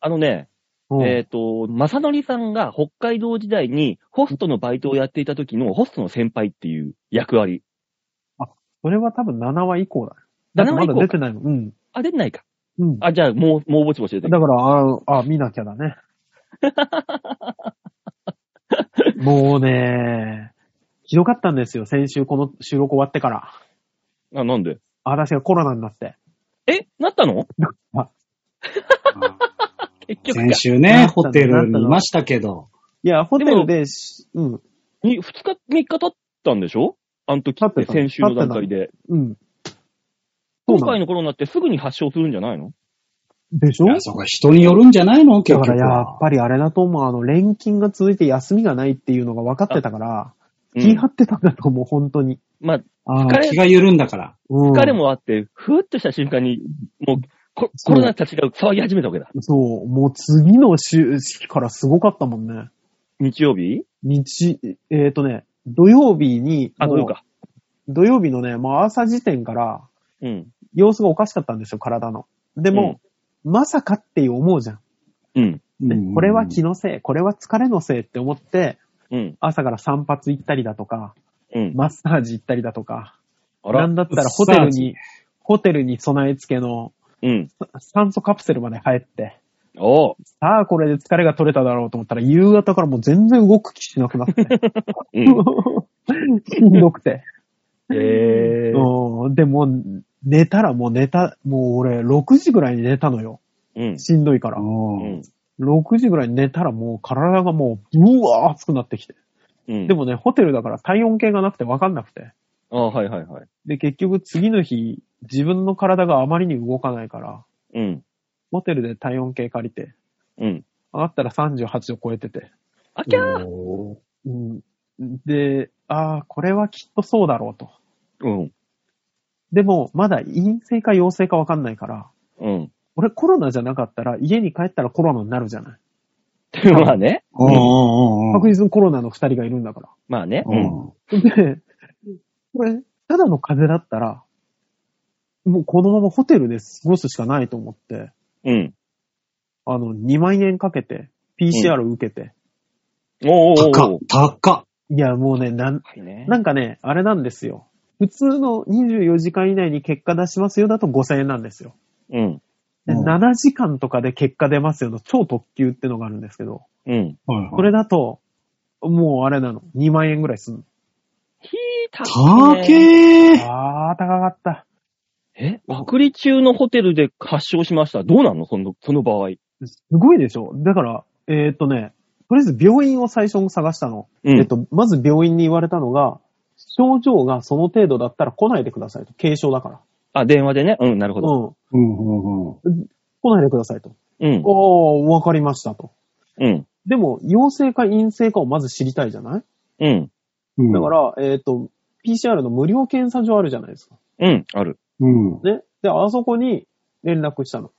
Speaker 2: あのね、
Speaker 3: うん
Speaker 2: えっ、と、まさのりさんが北海道時代にホストのバイトをやっていた時のホストの先輩っていう役割。
Speaker 3: それは多分7話以降だ。だって
Speaker 2: 7話
Speaker 3: ま
Speaker 2: 以降
Speaker 3: だ出てないもん。うん。
Speaker 2: あ、出てないか。
Speaker 3: うん。
Speaker 2: あ、じゃあもう、もうぼちぼち出て
Speaker 3: だ
Speaker 2: る。
Speaker 3: から、ああ、見なきゃ だね。もうね、ひどかったんですよ。先週この収録終わってから。
Speaker 2: あ、なんで
Speaker 3: 私がコロナになって。
Speaker 2: えなったの結局
Speaker 4: 先
Speaker 2: か。
Speaker 4: 週
Speaker 3: な
Speaker 4: ね、
Speaker 3: ったの
Speaker 4: ホテルにいましたけど、
Speaker 3: いや、ホテルでし、うん、
Speaker 2: に、二日、三日経ったんでしょあの時
Speaker 3: 経
Speaker 2: っ
Speaker 3: って
Speaker 2: て
Speaker 3: た
Speaker 2: 先週の段階で。
Speaker 3: うん。そ
Speaker 2: 今
Speaker 3: うな
Speaker 2: 回
Speaker 3: の
Speaker 2: の頃になってすぐに発症するんじゃないの
Speaker 3: でしょ
Speaker 4: いや、そこは人によるんじゃないの結
Speaker 3: だ
Speaker 4: 局
Speaker 3: から
Speaker 4: は。
Speaker 3: やっぱりあれだと思う。あの、連勤が続いて休みがないっていうのが分かってたから、気張ってたんだと思う、本当に。
Speaker 2: うんまあ、
Speaker 4: あ
Speaker 2: 疲
Speaker 4: ー
Speaker 2: れ
Speaker 4: 気が緩んだから。
Speaker 3: うん
Speaker 2: 疲れ。もあって、ふーっとした瞬間に、もう、コ
Speaker 3: そ
Speaker 2: コ
Speaker 3: う
Speaker 2: ロナたちが騒ぎ始めたわけだ。
Speaker 3: そう、もう次の週からすごかったもんね。
Speaker 2: 日曜日
Speaker 3: 日、えっ、とね、土曜日に、
Speaker 2: あ、どう
Speaker 3: もう
Speaker 2: か。
Speaker 3: 土曜日のね、もう朝時点から、
Speaker 2: うん。
Speaker 3: 様子がおかしかったんですよ、体の。でも、まさかって思うじゃん。
Speaker 2: うん。
Speaker 3: で
Speaker 4: うん
Speaker 3: これは気のせい、これは疲れのせいって思って、
Speaker 2: うん。
Speaker 3: 朝から散髪行ったりだとか、
Speaker 2: うん。
Speaker 3: マッサージ行ったりだとか、
Speaker 2: あ
Speaker 3: な
Speaker 2: ら
Speaker 3: ん。だったらホテル
Speaker 4: マッサー
Speaker 3: に、ホテルに備え付けの
Speaker 2: うん。
Speaker 3: 酸素カプセルまで入って、
Speaker 2: おう。
Speaker 3: さあこれで疲れが取れただろうと思ったら、夕方からもう全然動く気しなくなって。
Speaker 2: うん。
Speaker 3: しんどくて。
Speaker 2: えー。
Speaker 3: うん。でも、寝たらもう寝た、もう俺6時ぐらいに寝たのよ。
Speaker 2: うん。
Speaker 3: しんどいから。
Speaker 4: お
Speaker 2: う
Speaker 4: ー
Speaker 2: ん。
Speaker 3: 6時ぐらいに寝たらもう体がもう、うわー熱くなってきて。
Speaker 2: うん。
Speaker 3: で、もね、ホテルだから体温計がなくてわかんなくて。
Speaker 2: あはいはいはい。
Speaker 3: で、結局次の日、自分の体があまりに動かないから、
Speaker 2: うん。
Speaker 3: ホテルで体温計借りて、
Speaker 2: うん。
Speaker 3: 上がったら38度超えてて。
Speaker 2: あきゃー
Speaker 4: おー
Speaker 3: うん。で、ああ、これはきっとそうだろうと。
Speaker 2: うん。
Speaker 3: でも、まだ陰性か陽性かわかんないから、
Speaker 2: うん。
Speaker 3: 俺コロナじゃなかったら、家に帰ったらコロナになるじゃない。
Speaker 2: まあね。
Speaker 4: おーおーおー
Speaker 3: 確実にコロナの二人がいるんだか
Speaker 2: まあね。うん。
Speaker 4: おー
Speaker 3: ら。で、これ、ただの風邪だったら、もうこのままホテルで過ごすしかないと思って、
Speaker 2: うん。
Speaker 3: あの、2万円かけて、PCR を受けて、
Speaker 2: おうおうおう
Speaker 4: 高っ、高っ。
Speaker 3: いや、もうね、なん、
Speaker 2: はいね。
Speaker 3: なんかね、あれなんですよ。普通の24時間以内に結果出しますよだと5000円なんですよ。
Speaker 2: うん。
Speaker 3: で
Speaker 4: うん
Speaker 3: 7時間とかで結果出ますよの超特急ってのがあるんですけど、
Speaker 2: うん。
Speaker 4: こ
Speaker 3: これだと、もうあれなの、2万円ぐらいすんの。
Speaker 2: ひー、
Speaker 4: 高
Speaker 2: 高いね
Speaker 4: けー
Speaker 3: あー、高かった。
Speaker 2: え、隔離中のホテルで発症しました。どうなんのその、その場合。
Speaker 3: すごいでしょだから、えーっとね、とりあえず病院を最初に探したの。
Speaker 2: うん。
Speaker 3: えっと、まず病院に言われたのが、症状がその程度だったら来ないでくださいと。軽症だから。
Speaker 2: あ、電話でね。うん、なるほど。
Speaker 3: うん。
Speaker 4: うんうんうん
Speaker 3: 来ないでくださいと。
Speaker 2: うん。
Speaker 3: おー、わかりましたと。
Speaker 2: うん。
Speaker 3: でも、陽性か陰性かをまず知りたいじゃない
Speaker 2: うん。
Speaker 4: うん。
Speaker 3: だから、えっ、と、PCR の無料検査場あるじゃないですか。
Speaker 2: うん。ある。
Speaker 4: うん。
Speaker 3: ね。で、あそこに連絡したの。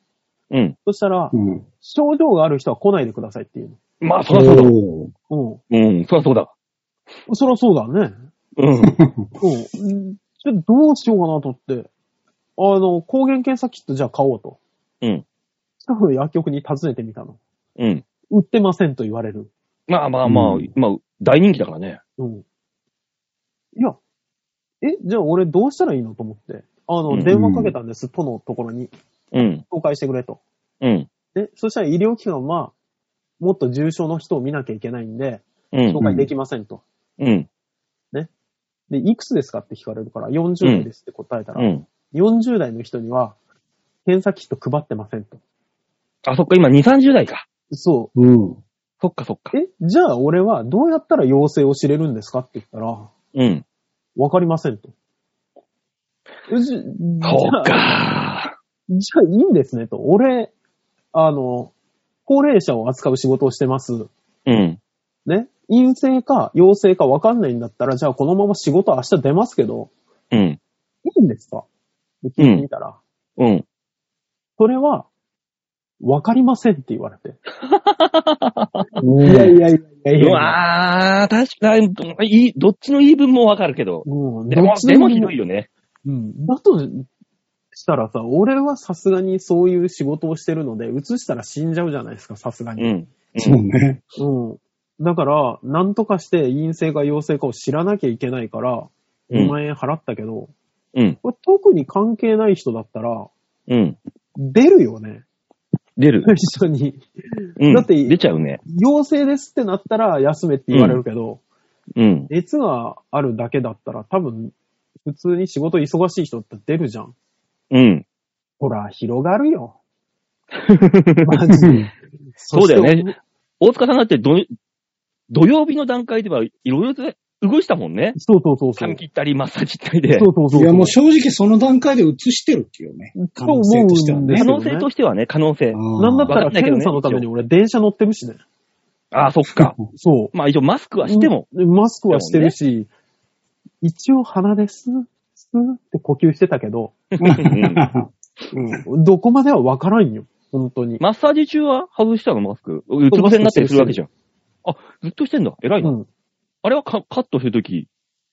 Speaker 2: うん。
Speaker 3: そしたら
Speaker 4: う、ん。
Speaker 3: 症状がある人は来ないでくださいっていう
Speaker 2: まあ、そりゃそうだ。
Speaker 4: おー
Speaker 3: の。
Speaker 2: うん、そりゃそうだ。
Speaker 3: うん。そりゃそうだね。
Speaker 2: うん。
Speaker 3: うん。んちょっとどうしようかなと思って、あの、抗原検査キットじゃあ買おうと。
Speaker 2: うん。
Speaker 3: 近くの薬局に訪ねてみたの。
Speaker 2: うん。
Speaker 3: 売ってませんと言われる。
Speaker 2: まあまあまあ、
Speaker 4: うん
Speaker 2: まあ、大人気だからね。
Speaker 3: うん。いや、え、じゃあ俺どうしたらいいのと思って。あ
Speaker 2: うん
Speaker 3: の、電話かけたんです、都のところに。
Speaker 2: うん。
Speaker 3: 紹介してくれと。
Speaker 2: うん。
Speaker 3: で、そしたら医療機関は、もっと重症の人を見なきゃいけないんで、
Speaker 2: うん
Speaker 3: 紹。介できませんと。
Speaker 2: うん。
Speaker 3: で、いくつですかって聞かれるから、40代ですって答えたら、
Speaker 2: うん。
Speaker 3: 40代の人には、検査キット配ってませんと。
Speaker 2: あ、そっか、今2、30代か。
Speaker 3: そ
Speaker 4: うん。
Speaker 2: そっかそっか
Speaker 3: う。。え、じゃあ俺はどうやったら陽性を知れるんですかって言ったら、
Speaker 2: うん。
Speaker 3: わかりませんと。えじじ
Speaker 2: そ
Speaker 3: ゃ
Speaker 2: っ
Speaker 3: あ
Speaker 2: か。
Speaker 3: じゃあいいんですねと。俺、あの、高齢者を扱う仕事をしてます。
Speaker 2: うん。
Speaker 3: ね。陰性か陽性かわかんないんだったら、じゃあこのまま仕事明日出ますけど、
Speaker 2: うん。
Speaker 3: いいんですかって聞いてみたら、
Speaker 2: うん。
Speaker 3: それは、わかりませんって言われて。
Speaker 4: いやいやいやいや
Speaker 2: うわー、確かに、どいいどっちの言い分もわかるけど。
Speaker 3: うん、
Speaker 2: でも、でもひどい
Speaker 3: い。
Speaker 2: よね。
Speaker 3: うん。だとしたらさ、俺はさすがにそういう仕事をしてるので、移したら死んじゃうじゃないですか、さすが
Speaker 2: う
Speaker 3: に。
Speaker 2: ん。
Speaker 4: そうね。
Speaker 3: うん。だから、なんとかして陰性か陽性かを知らなきゃいけないから、
Speaker 2: う
Speaker 3: 2
Speaker 2: ん。
Speaker 3: 万円払ったけど、
Speaker 2: うん。
Speaker 3: これ特に関係ない人だったら、
Speaker 2: うん。
Speaker 3: 出るよ ね。
Speaker 2: 出る。
Speaker 3: 最初に。
Speaker 2: うん。
Speaker 3: だって
Speaker 2: 出ちゃうね。
Speaker 3: 陽性ですってなったら休めって言われるけど、
Speaker 2: うん。
Speaker 3: 熱があるだけだったら多分、普通に仕事忙しい人って出るじゃん。
Speaker 2: うん。
Speaker 3: ほら、広がる よ。マジで。
Speaker 2: そうだよね。大塚さんだって、ど、土曜日の段階ではいろいろと動いてたもんね。
Speaker 3: そうそうそうそう
Speaker 2: 髪。切ったり、マッサージ行ったりで。
Speaker 3: そうそうそうそう。
Speaker 4: いや、もう正直その段階で移してるっていうね。可能性としてはね
Speaker 2: 可能性としてはね、可能性。
Speaker 3: なんだ
Speaker 2: わ
Speaker 3: った、
Speaker 2: からんないけ
Speaker 3: ケ
Speaker 2: どね
Speaker 3: ンさんのために俺電車乗ってるしね。
Speaker 2: ああ、そっか。
Speaker 3: そ
Speaker 2: まあ一応マスク
Speaker 3: う。
Speaker 2: はしても。
Speaker 3: うん。マスクはしてるし、一応鼻でスー、スーって呼吸してたけど、どこまではわからんよ。本当に。
Speaker 2: マッサージ中は外したの、マスク。うつ伏せになったりするわけじゃん。あ、ずっとしてんだ。偉いな。
Speaker 3: うん。
Speaker 2: あれはカカットするとき、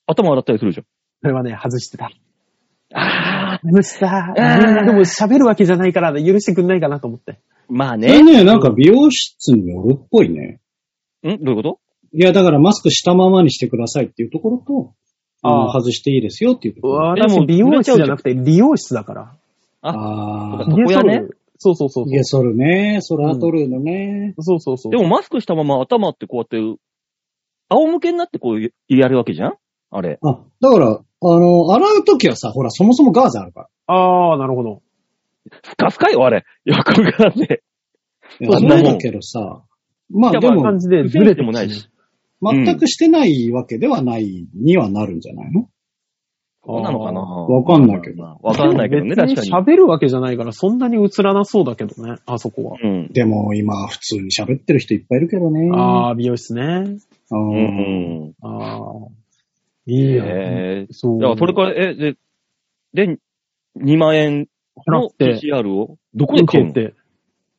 Speaker 2: 頭洗ったりするじ
Speaker 3: それはね、外してた。
Speaker 2: ゃん。ああ、
Speaker 3: 外した。
Speaker 2: ー
Speaker 3: でも喋るわけじゃないから、許してくんないかなと思って。
Speaker 2: まあ
Speaker 4: それ
Speaker 2: ね。
Speaker 4: ね、なんか美容室によるっぽいね。
Speaker 2: んどういうこと
Speaker 4: いや、だからマスクしたままにしてくださいっていうところと、あの
Speaker 3: あー
Speaker 4: 外していいですよっていうところ。
Speaker 2: でも
Speaker 3: 私、美容室じゃなくて、理容室だから。
Speaker 4: あ
Speaker 2: そ
Speaker 4: あ
Speaker 2: う。床屋ね
Speaker 3: 家剃る。そうそうそう
Speaker 4: いや、それね、それは取るのね。
Speaker 3: そう。そうそうそう。
Speaker 2: でもマスクしたまま頭ってこうやって、仰向けになってこうややるわけじゃんあれ。
Speaker 4: あ、だから、あの、洗うときはさ、ほら、そもそもガーゼあるから。
Speaker 3: ああ、なるほど。
Speaker 2: スカスカよ、あれ。よくわからんね。
Speaker 4: い
Speaker 2: そ
Speaker 4: や
Speaker 2: う
Speaker 4: そ
Speaker 2: そうう
Speaker 4: だけどさ、まあ
Speaker 2: いや
Speaker 4: で
Speaker 2: まあ
Speaker 4: も
Speaker 3: 感、じでずれて
Speaker 2: もないし。。
Speaker 4: 全くしてないわけではないにはなるんじゃないの
Speaker 2: そうなのかな
Speaker 3: あー
Speaker 2: わ
Speaker 4: わかんないけど
Speaker 2: わかんないけどね、
Speaker 3: 別
Speaker 2: 確
Speaker 3: に
Speaker 2: かに。
Speaker 3: 喋るわけじゃないから、そんなに映らなそうだけどね、あそこは。
Speaker 2: うん。
Speaker 4: でも今、普通に喋ってる人いっぱいいるけどね。
Speaker 3: ああ、美容室ね。
Speaker 4: あー。
Speaker 2: うん。
Speaker 3: ああ。いいよ、ね。
Speaker 2: へえ。
Speaker 3: そう。
Speaker 2: だからそれから、え、で、で、2万円
Speaker 3: 払
Speaker 2: の
Speaker 3: って、
Speaker 2: PCR をどこで買うの
Speaker 3: 受けて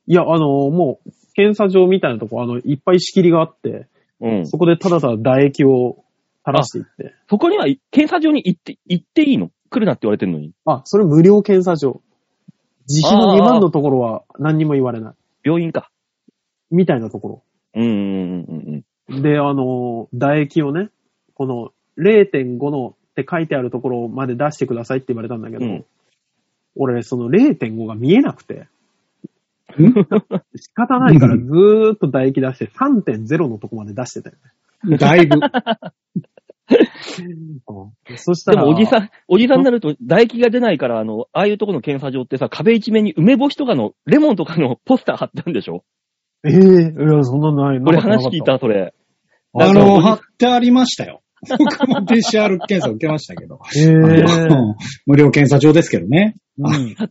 Speaker 3: いや、あの、もう、検査場みたいなとこ、あの、いっぱい仕切りがあって、
Speaker 2: うん。
Speaker 3: そこでただただ唾液を垂らしていって。
Speaker 2: そこには、検査場に行って、行っていいの来るなって言われてるのに。
Speaker 3: あ、それ無料検査場。自費の2万のところは何にも言われない。
Speaker 2: 病院か。
Speaker 3: みたいなところ。
Speaker 2: うんうんうんうん
Speaker 3: で、あの、唾液をね、この0.5のって書いてあるところまで出してくださいって言われたんだけ
Speaker 2: う
Speaker 3: ど、
Speaker 2: ん。うん。
Speaker 3: 俺、その0.5が見えなく て、仕方ないからずーっと唾液出して3.0のとこまで出してたよ
Speaker 4: だいぶ。
Speaker 3: ね。そした
Speaker 2: で
Speaker 3: ら、
Speaker 2: も、おじさん、おじさんになると、唾液が出ないから、あの、ああいうとこの検査場ってさ、壁一面に梅干しとかの、レモンとかのポスター貼ったんでしょ
Speaker 3: ええいや、そんなのない。
Speaker 2: 俺
Speaker 3: なかった
Speaker 2: 話聞い。た、それ。
Speaker 4: あ
Speaker 2: だからお
Speaker 4: の、
Speaker 2: じ
Speaker 4: 貼ってありましたよ。 僕も PCR 検査受けましたけど。
Speaker 3: なかったええ
Speaker 4: うん無料検査場ですけどね。
Speaker 3: うん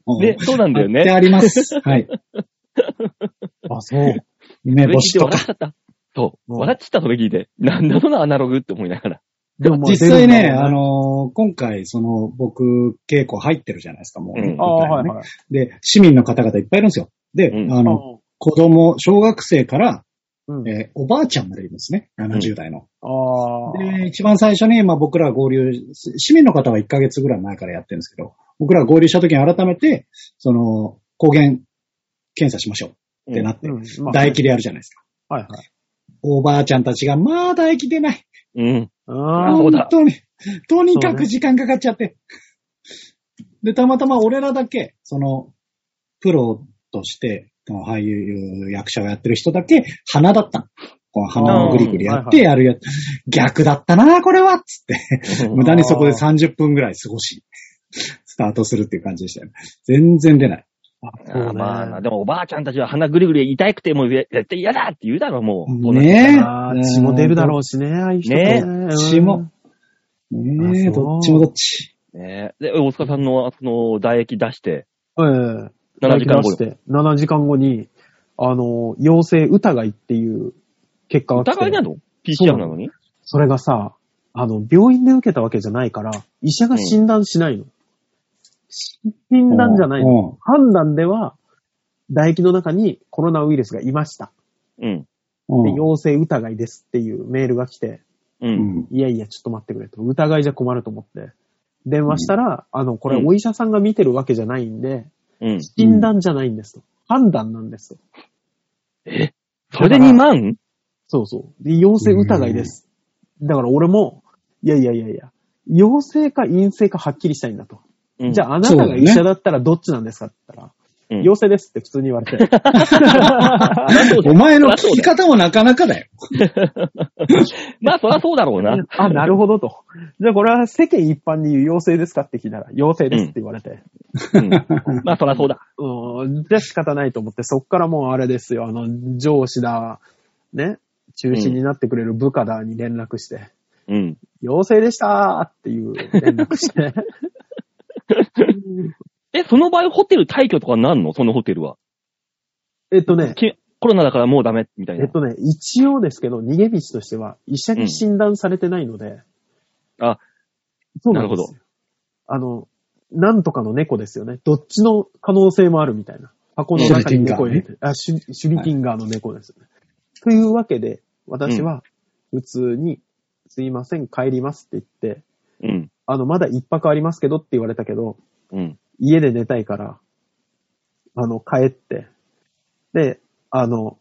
Speaker 4: うん
Speaker 2: ね、そうなんだよ
Speaker 4: 貼って
Speaker 2: ね。
Speaker 4: あります。はい。
Speaker 3: あ、そう。
Speaker 4: 梅
Speaker 2: それ
Speaker 4: 干
Speaker 2: 聞い
Speaker 4: してと
Speaker 2: 笑
Speaker 4: か
Speaker 2: っ。ちゃった。そう。
Speaker 3: うん
Speaker 2: 笑っちゃった、それ聞いて。なんだそのアナログって思いながら。
Speaker 3: でもまあ
Speaker 4: 実際
Speaker 3: 出
Speaker 4: ね、
Speaker 3: るんだ
Speaker 4: あ
Speaker 3: ろうね
Speaker 4: のー今回、その、僕、稽古入ってるじゃないですか、もう。
Speaker 2: うん
Speaker 3: ああ、はい
Speaker 4: ね
Speaker 3: はい。
Speaker 4: で、市民の方々いっぱいいるんですよ。で、
Speaker 2: うん
Speaker 4: あの、子供、小学生から、
Speaker 3: うん
Speaker 4: えーおばあちゃんまでいるんですね、70代の。
Speaker 3: ああ。
Speaker 4: で、一番最初に、まあ僕ら合流し、市民の方は1ヶ月ぐらい前からやってるんですけど、僕ら合流した時に改めて、その、抗原検査しましょうってなって、
Speaker 3: うんまあ
Speaker 4: 唾液でやるじゃないですか。
Speaker 3: はいはい。
Speaker 4: おばあちゃんたちが、まあ唾液出ない。
Speaker 2: うん。
Speaker 3: あ
Speaker 2: あそうだ
Speaker 4: 本当に、とにかく時間かかっちゃって。で、たまたま俺らだけ、その、プロとして、この俳優、役者をやってる人だけ、鼻だったの。この鼻をグリグリやってやるやつ。逆だったな、これはっつって。無駄にそこで30分ぐらい過ごし、スタートするっていう感じでしたよね。全然出ない。
Speaker 3: あ
Speaker 2: あーまあな、でもおばあちゃんたちは鼻ぐりぐり痛くてもう絶対嫌だって言うだろ、もう。
Speaker 4: ね
Speaker 3: ああ、血も出るだろうしね、ああいう人
Speaker 2: ね
Speaker 3: うん
Speaker 4: 血も。ねえ、
Speaker 3: あそう
Speaker 4: どっちもどっち。
Speaker 2: ねえで、大塚さんの、その、唾液出して、
Speaker 3: ええ
Speaker 2: 7時間後
Speaker 3: 出して、7時間後に、あの、陽性疑いっていう結果が来て
Speaker 2: 疑いなの ?PCR なのに
Speaker 3: それがさ、あの、病院で受けたわけじゃないから、医者が診断しないの。診断じゃないの。
Speaker 4: の。
Speaker 3: 判断では、唾液の中にコロナウイルスがいました。
Speaker 2: うん。
Speaker 4: うん
Speaker 3: で、陽性疑いですっていうメールが来て、
Speaker 2: う。
Speaker 4: うんん。
Speaker 3: いやいや、ちょっと待ってくれと。疑いじゃ困ると思って。電話したら、あの、これお医者さんが見てるわけじゃないんで、
Speaker 2: うん。
Speaker 3: 診断じゃないんですと。判断なんですと。
Speaker 2: それで2万
Speaker 3: そうそう。で、陽性疑いです。だから俺も、いやいやいやいや、陽性か陰性かはっきりしたいんだと。じゃ
Speaker 2: あ、
Speaker 3: ああなた
Speaker 4: そうだ
Speaker 3: が
Speaker 4: ね
Speaker 3: 医者だったらどっちなんですかって言った
Speaker 2: う
Speaker 3: ら、
Speaker 2: ん
Speaker 3: 陽性ですって普通に言われて。
Speaker 4: お前の聞き方もなかなかだよ。
Speaker 2: まあ、そりゃそうだろうな。
Speaker 3: あ、なるほどと。じゃあこれは世間一般に言う陽性ですかって聞いたら、陽性ですって言われて。
Speaker 2: うんまあ、そりゃそうだ。
Speaker 3: うん、じゃあ仕方ないと思って、そっからもうあれですよ、あの、上司だ、ね、中心になってくれる部下だに連絡して。
Speaker 2: うん。
Speaker 3: 陽性でしたーっていう連絡 して。
Speaker 2: え、その場合ホテル退去とかなんのそのホテルは。
Speaker 3: えっとね、
Speaker 2: きコロナだからもうダメ、みたい
Speaker 3: え
Speaker 2: な
Speaker 3: っ。とね、一応ですけど、逃げ道としては、医者に診断されてないので。
Speaker 2: あ、
Speaker 3: そうなん
Speaker 2: なるほ
Speaker 3: ですよ
Speaker 2: ど。
Speaker 3: あの、なんとかの猫ですよね。どっちの可能性もあるみたいな。箱の中に猫入れて、あ、シュシュリティンガーの猫ですよね。というわけで、私は、普通に、すいません、帰りますって言って、
Speaker 2: うん。
Speaker 3: あの、まだ一泊ありますけどって言われたけど、
Speaker 2: うん。
Speaker 3: 家で寝たいから、あの、帰って、で、あの、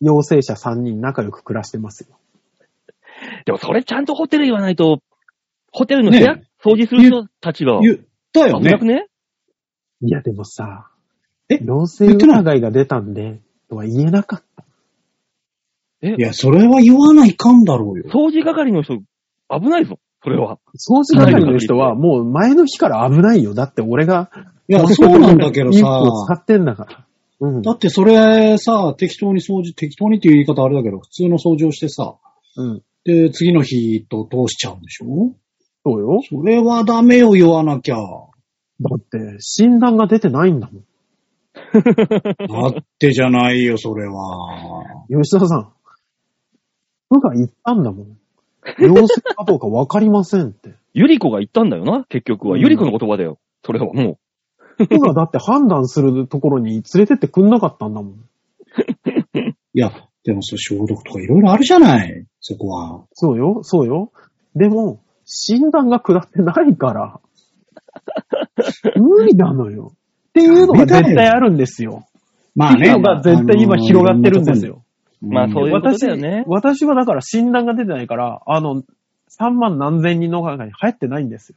Speaker 3: 陽性者3人仲良く暮らしてますよ。
Speaker 2: でもそれちゃんとホテル言わないと、ホテルの部屋、
Speaker 4: ね
Speaker 2: 掃除する人たちが、
Speaker 4: 言ったよ
Speaker 2: 危な
Speaker 4: ね
Speaker 2: く。ね
Speaker 3: いや、でもさ、
Speaker 4: え
Speaker 3: 陽性疑いが出たんで、とは言えなかった。
Speaker 4: いや、それは言わないかんだろうよ。
Speaker 2: 掃除係の人、危ないぞ。それは。
Speaker 3: 掃除係の人はもう前の日から危ないよ。だって俺が、
Speaker 4: いや、そうなんだけ
Speaker 3: イ
Speaker 4: ど
Speaker 3: ンプを使
Speaker 4: さ。
Speaker 3: ってんだから。うん。
Speaker 4: だってそれさ、適当に掃除、適当にっていう言い方あれだけど、普通の掃除をしてさ、
Speaker 3: うん。
Speaker 4: で、次の日と通しちゃうんでしょ
Speaker 3: そうよ。
Speaker 4: それはダメよ、言わなきゃ。
Speaker 3: だって、診断が出てないんだもん。
Speaker 4: だってじゃないよ、それは。
Speaker 3: 吉田さん、部が言ったんだもん。陽性かどうかわかりませんって。
Speaker 2: ゆり子が言ったんだよな、結局は。
Speaker 3: うん
Speaker 2: ゆり子の言葉だよ。それはも
Speaker 3: 僕がだって判断するところに連れてってくんなかったんだもん。
Speaker 4: いや、でもそれ消毒とかいろいろあるじゃない、そこは。
Speaker 3: そうよ、そうよ。でも、診断が下ってないから、無理なのよ。っていうのが絶対あるんですよ。
Speaker 4: ま
Speaker 3: っ
Speaker 4: あ
Speaker 3: てい
Speaker 4: ね。
Speaker 3: うのが絶対今広がってるんですよ。
Speaker 4: あ
Speaker 2: う。
Speaker 4: の。
Speaker 2: まあ、そういううんこと
Speaker 3: 私
Speaker 2: だよね、。
Speaker 3: 私はだから診断が出てないから、あの、3万何千人の中に入ってないんですよ。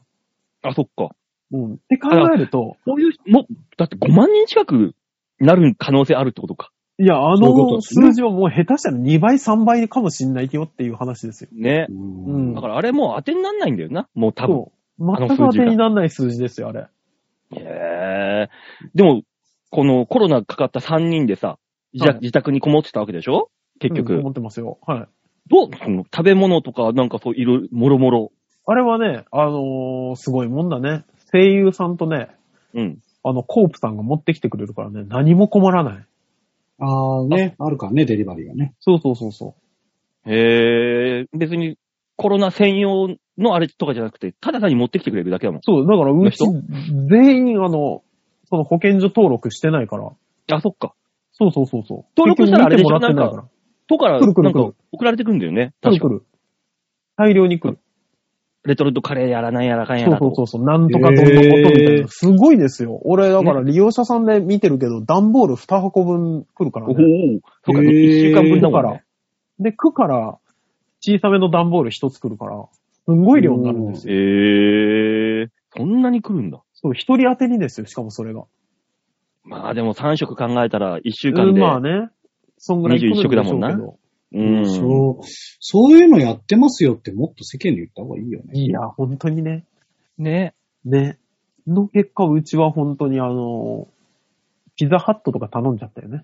Speaker 2: あ、そっか。
Speaker 3: うん。って考えると、
Speaker 2: そういう、もう、だって5万人近くなる可能性あるってことか。
Speaker 3: いや、あ
Speaker 4: そういうこと
Speaker 3: の
Speaker 4: ですね
Speaker 3: 数字はもう下手したら2倍、3倍かもしんないよっていう話ですよ。
Speaker 2: ね。
Speaker 3: うん
Speaker 2: だからあれもう当てになんないんだよな、もう多分。
Speaker 3: そう。全
Speaker 2: あの
Speaker 3: く
Speaker 2: 数
Speaker 3: 当
Speaker 2: 字
Speaker 3: て
Speaker 2: が
Speaker 3: にならない数字ですよ、あれ。
Speaker 2: へえ。でも、このコロナかかった3人でさ、自
Speaker 3: は
Speaker 2: 宅
Speaker 3: い
Speaker 2: 自宅にこもってたわけでしょ結局。
Speaker 3: うん思ってますよ。はい。
Speaker 2: どうその食べ物とかなんかそういろいろ、もろもろ。
Speaker 3: あれはね、あのーすごいもんだね。声優さんとね、
Speaker 2: うん。
Speaker 3: あの、コープさんが持ってきてくれるからね、何も困らない。
Speaker 4: ああね、あるからね、デリバリーがね。
Speaker 3: そうそうそうそ
Speaker 2: へえ。別にコロナ専用のあれとかじゃなくて、ただ単に持ってきてくれるだけだもん
Speaker 3: う。。そう、だからうち
Speaker 2: の、
Speaker 3: 全員あの、その保健所登録してないから。
Speaker 2: あ、そっか。
Speaker 3: そうそうそうそう。
Speaker 2: 登録したらあれでしょ
Speaker 3: 結局見てもらってないか
Speaker 2: とから、
Speaker 3: 来
Speaker 2: なん
Speaker 3: る来る
Speaker 2: か
Speaker 3: 来る
Speaker 2: 送られてくるんだよね。
Speaker 3: ら。
Speaker 2: 確
Speaker 3: 来る来
Speaker 2: か。
Speaker 3: る。大量に来る。
Speaker 2: レトルトカレーやらなんやらかんや
Speaker 3: そう
Speaker 2: ら
Speaker 3: そうそううそう。なんとかどんなことみたい
Speaker 4: へー
Speaker 3: な。すごいですよ。俺、だから利用者さんで見てるけど、段ボール2箱分来るから
Speaker 2: おお
Speaker 3: ね。
Speaker 2: そうか、
Speaker 4: へー
Speaker 2: 1週間分だ
Speaker 3: だ
Speaker 2: か、
Speaker 3: からら。で、区から小さめの段ボール一つ来るから、すんごい量になるんですよ。
Speaker 2: ええそんなに来るんだ。
Speaker 3: そう、一人当てにですよ、しかもそれが。
Speaker 2: まあでも3食考えたら1週間で。
Speaker 3: うんまあね。そんぐらい来るんでしょうけど
Speaker 2: 21食だもんなうん。
Speaker 4: そう、そういうのやってますよってもっと世間で言った方がいいよね。
Speaker 3: いや、本当にね。
Speaker 2: ね。
Speaker 3: ね。の結果、うちは本当にあの、ピザハットとか頼んじゃったよね。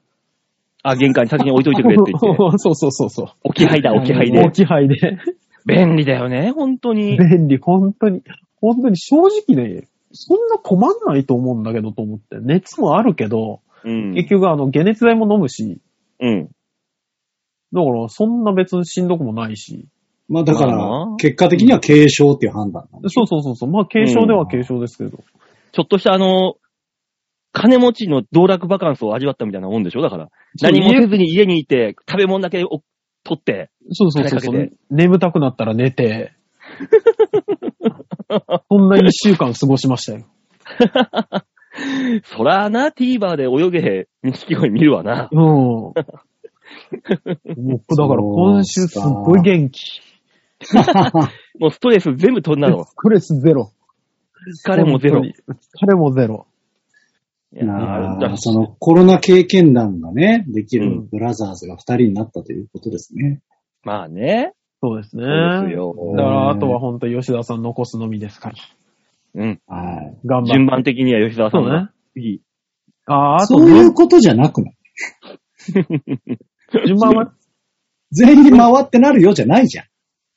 Speaker 2: あ、玄関に先に置いといてくれって言 って。
Speaker 3: そうそうそうそう。
Speaker 2: 置き配だ、置き配で
Speaker 3: 置。き配で。
Speaker 2: 便利だよね、本当に。
Speaker 3: 便利、本当に。本当に正直ね、そんな困んないと思うんだけどと思って。熱もあるけど、
Speaker 2: うん。
Speaker 3: 結局あの、解熱剤も飲むし、
Speaker 2: うん。
Speaker 3: だからそんな別にしんどくもないし。
Speaker 4: まあだか
Speaker 2: まあ
Speaker 4: ら
Speaker 2: な、
Speaker 4: 結果的には軽症っていう判断なんで
Speaker 3: そうそうそうそう。まあ軽症では軽症ですけど。
Speaker 2: ちょっとしたあの、金持ちの道楽バカンスを味わったみたいなもんでしょだから。何も
Speaker 3: そう
Speaker 2: せずに家にいて、食べ物だけを取って。
Speaker 3: そうそうそうそ
Speaker 2: 金かけ
Speaker 3: う。眠たくなったら寝て。 そんな一週間過ごしましたよ。
Speaker 2: そらな、TVer で泳げ、錦鯉見るわ な。
Speaker 3: うん。もうだから今週すっごい元気。
Speaker 4: すか。
Speaker 2: もうストレス全部取んな の。
Speaker 3: ストレスゼロ。
Speaker 2: 疲れもゼロ。
Speaker 3: 本
Speaker 2: い
Speaker 3: 当に。疲れもゼロ。
Speaker 2: やー
Speaker 4: い
Speaker 2: だ
Speaker 4: やーそのコロナ経験談がね、できるブラザーズが二人になったということですね。
Speaker 2: まあね。
Speaker 3: そうですね。
Speaker 2: そうですよ。
Speaker 3: だから、あとは本当吉田さん残すのみですから。
Speaker 2: うん。
Speaker 4: はい。
Speaker 3: 頑張って。
Speaker 2: 順番的には吉沢さ
Speaker 3: そ
Speaker 2: ん
Speaker 3: うね
Speaker 2: が。。次。
Speaker 3: ああー、あと
Speaker 4: そういうことじゃなくない
Speaker 3: 順番は、
Speaker 4: 全員回ってなるよじゃないじゃん。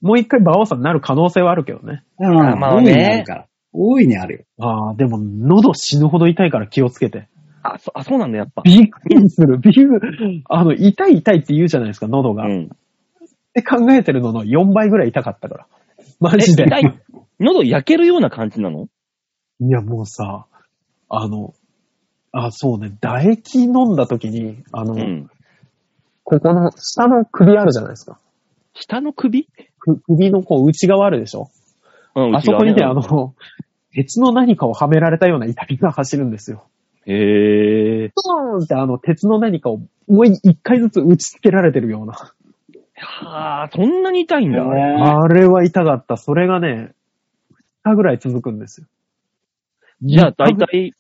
Speaker 3: もう一回馬王さんになる可能性はあるけどね。
Speaker 4: うん
Speaker 2: まあ
Speaker 4: 大い
Speaker 2: ね
Speaker 4: にあるから。大いにあるよ。
Speaker 3: ああ、でも、喉死ぬほど痛いから気をつけて。
Speaker 2: あ、そあそうなんだ、やっぱ。
Speaker 3: びっくりする。びっくり。あの、痛い痛いって言うじゃないですか、喉
Speaker 2: う
Speaker 3: が。っ
Speaker 2: ん。
Speaker 3: て考えてるのの4倍ぐらい痛かったから。マジで
Speaker 2: え。痛い喉焼けるような感じなの
Speaker 3: いや、もうさ、あの、あ、そうね、唾液飲んだ時に、あの、
Speaker 2: うん。
Speaker 3: ここの下の首あるじゃないですか。
Speaker 2: 下の首
Speaker 3: く首のこう内側あるでしょ
Speaker 2: うん、
Speaker 3: あそこにね、あ
Speaker 2: の。
Speaker 3: の、鉄の何かをはめられたような痛みが走るんですよ。
Speaker 2: へえ。
Speaker 3: ドーンってあの、鉄の何かをもう一回ずつ打ちつけられてるような。
Speaker 2: はあ、そんなに痛いんだ。あれ
Speaker 3: あれは痛かった。それがね、2日ぐらい続くんですよ。
Speaker 2: じゃあ、大体、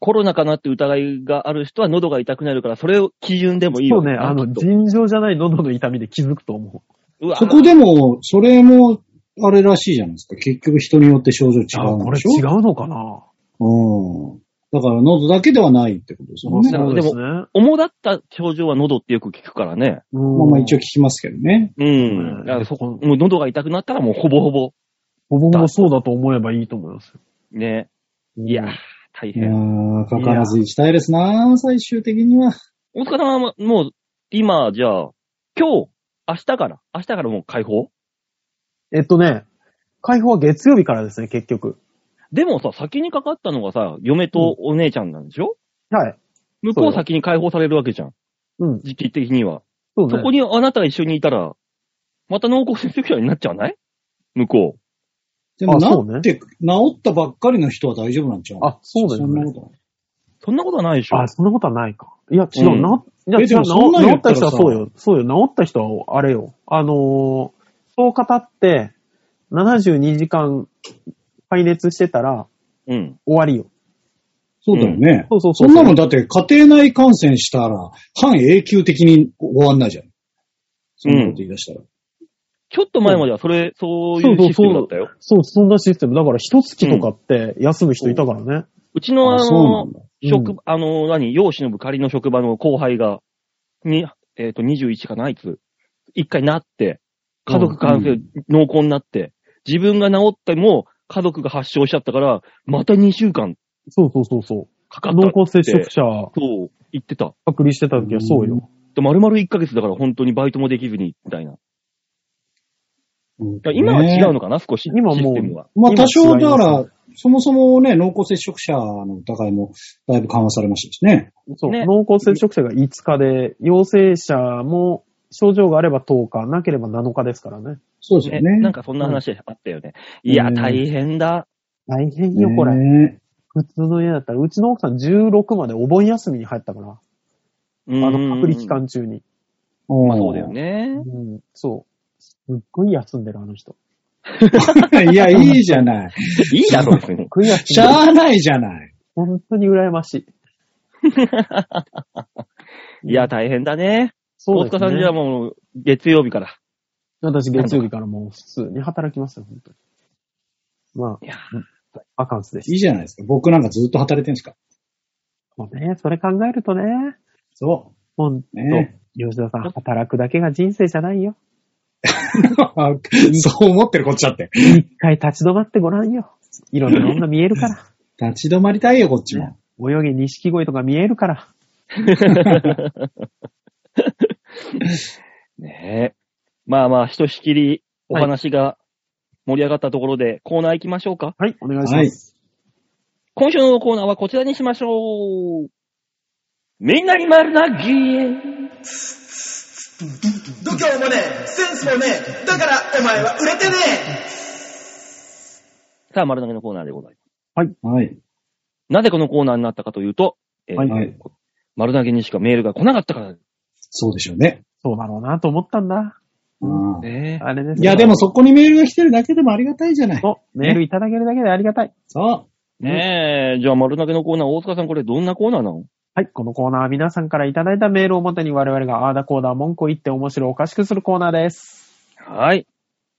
Speaker 2: コロナかなって疑いがある人は喉が痛くなるから、それを基準でもいい
Speaker 3: そ
Speaker 2: よ
Speaker 3: うね、あの、
Speaker 2: きっと
Speaker 3: 尋常じゃない喉の痛みで気づくと思う。
Speaker 2: うわ
Speaker 4: そこでも、それも、あれらしいじゃないですか。結局人によって症状違
Speaker 3: あ、
Speaker 4: うん
Speaker 3: こ
Speaker 4: で
Speaker 3: れ
Speaker 4: しょ
Speaker 3: 違うのかな
Speaker 4: うん。だから喉だけではないってことですよね。
Speaker 2: なるほど
Speaker 3: ですね。
Speaker 2: 主だった症状は喉ってよく聞くからね。
Speaker 3: ま
Speaker 4: まあまあ一応聞きますけどね。
Speaker 2: うん。
Speaker 3: うん
Speaker 2: だからそこ、もう喉が痛くなったらもうほぼほぼ、
Speaker 3: 僕もそうだと思えばいいと思いますよ。
Speaker 2: ね。いやー、大
Speaker 4: いや
Speaker 2: 変。
Speaker 4: ー、かからず行きたいですな最終的には。
Speaker 2: 大塚さんはもう、今、じゃあ、今日、明日から、明日からもう解放
Speaker 3: えっとね、解放は月曜日からですね、結局。
Speaker 2: でもさ、先にかかったのがさ、嫁とお姉ちゃんなんでしょ、
Speaker 3: はい。
Speaker 2: 向こう先に解放されるわけじゃん。
Speaker 3: うん。
Speaker 2: 時期的には。
Speaker 3: そうね。
Speaker 2: そこにあなたが一緒にいたら、また濃厚接触者になっちゃわない向こ
Speaker 4: でも
Speaker 3: あそうね
Speaker 4: 治って、治ったばっかりの人は大丈夫なんちゃう
Speaker 3: あ、そうだよ
Speaker 4: そんな
Speaker 3: ね
Speaker 4: こ。とない。
Speaker 2: う。そんなことはないでしょ
Speaker 3: あ、そんなことはないか。いや、違
Speaker 2: う
Speaker 3: う、
Speaker 2: ん
Speaker 3: な、いや、
Speaker 4: え
Speaker 3: 違う、
Speaker 4: でも
Speaker 3: 治
Speaker 4: そんなん
Speaker 3: 治
Speaker 4: 言
Speaker 3: っ
Speaker 4: ったたら
Speaker 3: 人は
Speaker 4: さ
Speaker 3: そうよ。そうよ、治った人は、あれよ。あのーそう語って、72時間、排熱してたら、
Speaker 2: うん。
Speaker 3: 終わりよ。
Speaker 4: そうだよね。
Speaker 3: そうそうそ。
Speaker 4: そうんなのだって家庭内感染したら、半永久的に終わんないじゃん。そんなこと言い出したら。
Speaker 2: ちょっと前まではそれ、そういう
Speaker 3: そうそうそう
Speaker 2: システムだったよ。う
Speaker 3: そう、そんなシステム。だから、一月とかって休む人いたからね。
Speaker 2: ちのあ
Speaker 4: あそうな
Speaker 2: の
Speaker 4: ん、だ。
Speaker 2: 職、あの、何、用忍ぶ仮の職場の後輩が、に、えっ、と、21かな、あいつ。一回なって、家族感染、濃厚になって、自分が治っても、家族が発症しちゃったから、また2週間
Speaker 3: そうそうそうそう。
Speaker 2: かかったって。
Speaker 3: 濃厚接触者
Speaker 2: そう、言ってた。
Speaker 3: 隔離してた時はそうよ。
Speaker 2: で丸々1ヶ月だから本当にバイトもできずに、みたいな。
Speaker 4: うん
Speaker 2: だから今は違う
Speaker 4: ね
Speaker 2: のかな、少し。
Speaker 3: 今もう
Speaker 2: システムは。
Speaker 4: まあ
Speaker 3: 今
Speaker 4: 多少、
Speaker 3: 違い
Speaker 4: だ
Speaker 3: ま
Speaker 4: か
Speaker 3: す
Speaker 4: ら、そもそもね、濃厚接触者の疑いもだいぶ緩和されましたしね。
Speaker 3: そう、
Speaker 2: ね
Speaker 3: 濃厚接触者が5日で、陽性者も症状があれば10日、なければ7日ですからね。
Speaker 4: そうです
Speaker 2: ね
Speaker 4: よね。
Speaker 2: なんかそんな話あったよね。いや、
Speaker 4: うん
Speaker 2: 大変だ。
Speaker 3: 大変よ、これ。
Speaker 4: ね
Speaker 3: 普通の家だったら、うちの奥さん16までお盆休みに入ったから、
Speaker 2: あ
Speaker 3: あの、隔離期。間中に。
Speaker 2: まあそうだよ。ね。
Speaker 3: うん、そう。すっごい休んでる、あの人。
Speaker 4: うんいや、いいじゃない。
Speaker 2: いいだろ、別 に。
Speaker 3: 悔し
Speaker 4: し
Speaker 3: い。
Speaker 4: ゃあないじゃない。
Speaker 3: 本当に羨ましい。
Speaker 2: いや、、大変だね。
Speaker 3: そう
Speaker 2: 大
Speaker 3: です
Speaker 2: 塚さんじゃあ
Speaker 3: ね。
Speaker 2: もう、月曜日から。
Speaker 3: 私、月曜日からもう普通に働きますよ、本当に。ま
Speaker 2: いや
Speaker 3: あ、バカンスです
Speaker 4: いい。じゃないですか。僕なんかずっと働いてるんですか。
Speaker 3: もうね、それ考えるとね、
Speaker 4: そ
Speaker 3: 本
Speaker 4: う。ね。
Speaker 3: 吉田さん、働くだけが人生じゃないよ。
Speaker 4: そう思ってるこっちだって。
Speaker 3: 一回立ち止まってごらんよ。いろんな女見えるから。
Speaker 4: 立ち止まりたいよ、こっちも。
Speaker 3: 泳げ錦鯉とか見えるから。
Speaker 2: ねえ。まあまあ、ひとしきりお話が盛り上がったところで、コーナー行きましょうか。
Speaker 3: はい、お願いします。
Speaker 2: 今週のコーナーはこちらにしましょう。みんなに丸投げ
Speaker 1: 度胸もねえ、センスもねえ、だからお前は売れてねえ
Speaker 2: さあ、丸投げのコーナーでございます。
Speaker 4: はい。
Speaker 2: なぜこのコーナーになったかというと、えー
Speaker 3: はい
Speaker 4: はい
Speaker 2: 丸投げにしかメールが来なかったから
Speaker 4: そうでしょうね。
Speaker 3: そうだろうなと思ったんだ。
Speaker 4: うん
Speaker 2: ね。
Speaker 3: あれです
Speaker 4: いや、でもそこにメールが来てるだけでもありがたいじゃない。
Speaker 3: そう、メールいただけるだけでありがたい。
Speaker 4: そう。
Speaker 2: ねえ、じゃあ丸投げのコーナー、大塚さんこれどんなコーナーなの
Speaker 3: はい、このコーナーは皆さんからいただいたメールをもとに我々があーだこーだ文句を言って面白おかしくするコーナーです。
Speaker 2: はい。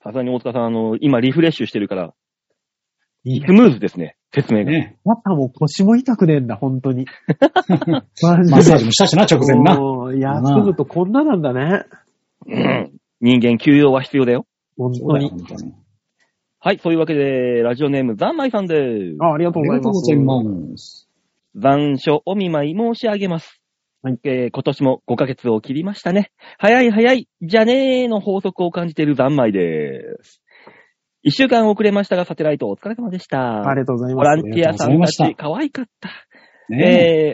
Speaker 2: さすがに大塚さん、あの、今リフレッシュしてるから、スムーズですね、説明が。
Speaker 4: ね。
Speaker 3: またもう腰も痛くねえんだ、本 当に。マ
Speaker 4: マッサージもしたしな、直前な。
Speaker 3: もうやってるとこんななんだね。
Speaker 2: うん人間休養は必要だよ。
Speaker 3: 本
Speaker 4: そう
Speaker 3: 当
Speaker 4: だよ
Speaker 3: に。
Speaker 4: 本当に。
Speaker 2: はい、そういうわけで、ラジオネーム、ザンマイさんです。
Speaker 3: あありがと
Speaker 4: あ
Speaker 3: う
Speaker 4: り
Speaker 3: ございま
Speaker 4: がとうご
Speaker 3: す。
Speaker 4: ざいます。
Speaker 2: 残暑お見舞い申し上げます。
Speaker 3: はい
Speaker 2: えー今年も5ヶ月を切りましたね。早い早い、じゃねーの法則を感じている残米です。一週間遅れましたが、サテライトお疲れ様でした。
Speaker 3: ありがとうござい
Speaker 2: ボ
Speaker 3: ま
Speaker 2: ラ
Speaker 3: す。
Speaker 2: ンティアさんたち、可愛かった。
Speaker 4: ね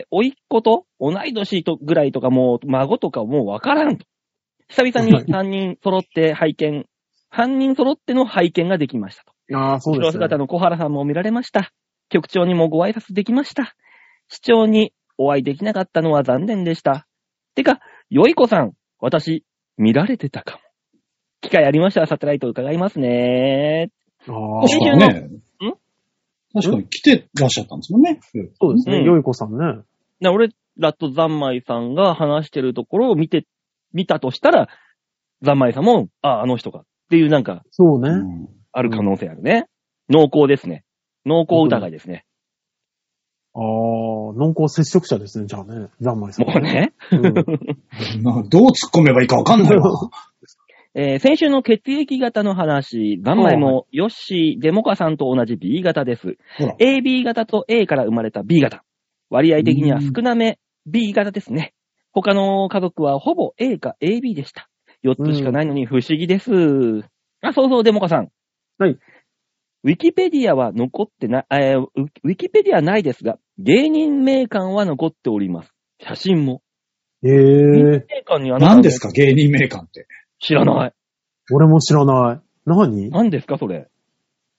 Speaker 2: えー、おいっ子と同い年とぐらいとかもう、孫とかもうわからんと。久々に3人揃って拝見、3人揃っての拝見ができましたと。
Speaker 3: ああ、そう
Speaker 2: 後ろ
Speaker 3: です、ね。
Speaker 2: 姿の小原さんも見られました。局長にもご挨拶できました。市長にお会いできなかったのは残念でした。てか、よい子さん、私、見られてたかも。機会ありましたらサテライト伺いますね。
Speaker 3: ああ
Speaker 4: 確かにね。
Speaker 2: ん
Speaker 4: 確かに来てらっしゃったんですもんね。
Speaker 3: そうです
Speaker 2: う
Speaker 3: ね。
Speaker 2: ん
Speaker 3: よいこさんね。
Speaker 2: な俺らと残米さんが話してるところを見て、見たとしたら、残米さんも、あ、あの人か。っていうなんか、
Speaker 3: そう
Speaker 4: う
Speaker 3: ね。
Speaker 4: ん
Speaker 2: ある可能性あるね。濃厚ですね。濃厚疑いですね。
Speaker 3: ああ、濃厚接触者ですね、じゃあね。ざんまいさん。
Speaker 2: もうね。
Speaker 3: うん。
Speaker 4: なんかどう突っ込めばいいかわか んないわ。
Speaker 2: えー先週の血液型の話、何枚もヨッシー、デモカさんと同じ B 型です
Speaker 4: ほら。
Speaker 2: AB 型と A から生まれた B 型。割合的には少なめ B 型ですね。他の家族はほぼ A か AB でした。4つしかないのに不思議です。あ、そうそう、デモカさん。
Speaker 3: はい。
Speaker 2: ウィキペディアは残ってない、えーウウィキペディアないですが、芸人名鑑は残っております。写真も。
Speaker 3: ええー、
Speaker 2: 名鑑にはな
Speaker 4: 何ですか、芸人名鑑って。
Speaker 2: 知らない。
Speaker 3: 俺も知らない。何
Speaker 2: 何ですか、それ。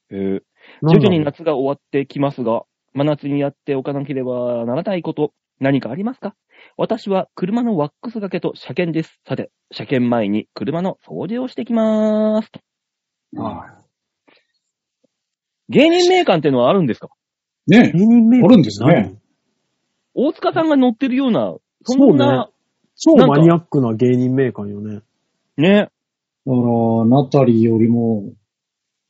Speaker 2: えー
Speaker 3: 何
Speaker 2: 徐々に夏が終わってきますが、真夏にやっておかなければならないこと、何かありますか私は車のワックスがけと車検です。さて、車検前に車の掃除をしてきまーす。
Speaker 4: ああ
Speaker 2: 芸人名鑑ってのはあるんですか
Speaker 4: ねえ
Speaker 3: 芸人名鑑
Speaker 4: あるんですね。
Speaker 2: 大塚さんが乗ってるような、そ
Speaker 3: そうん
Speaker 2: な、
Speaker 3: 超マニアックな芸人名鑑よね。
Speaker 2: ね、
Speaker 4: だから、ナタリーよりも、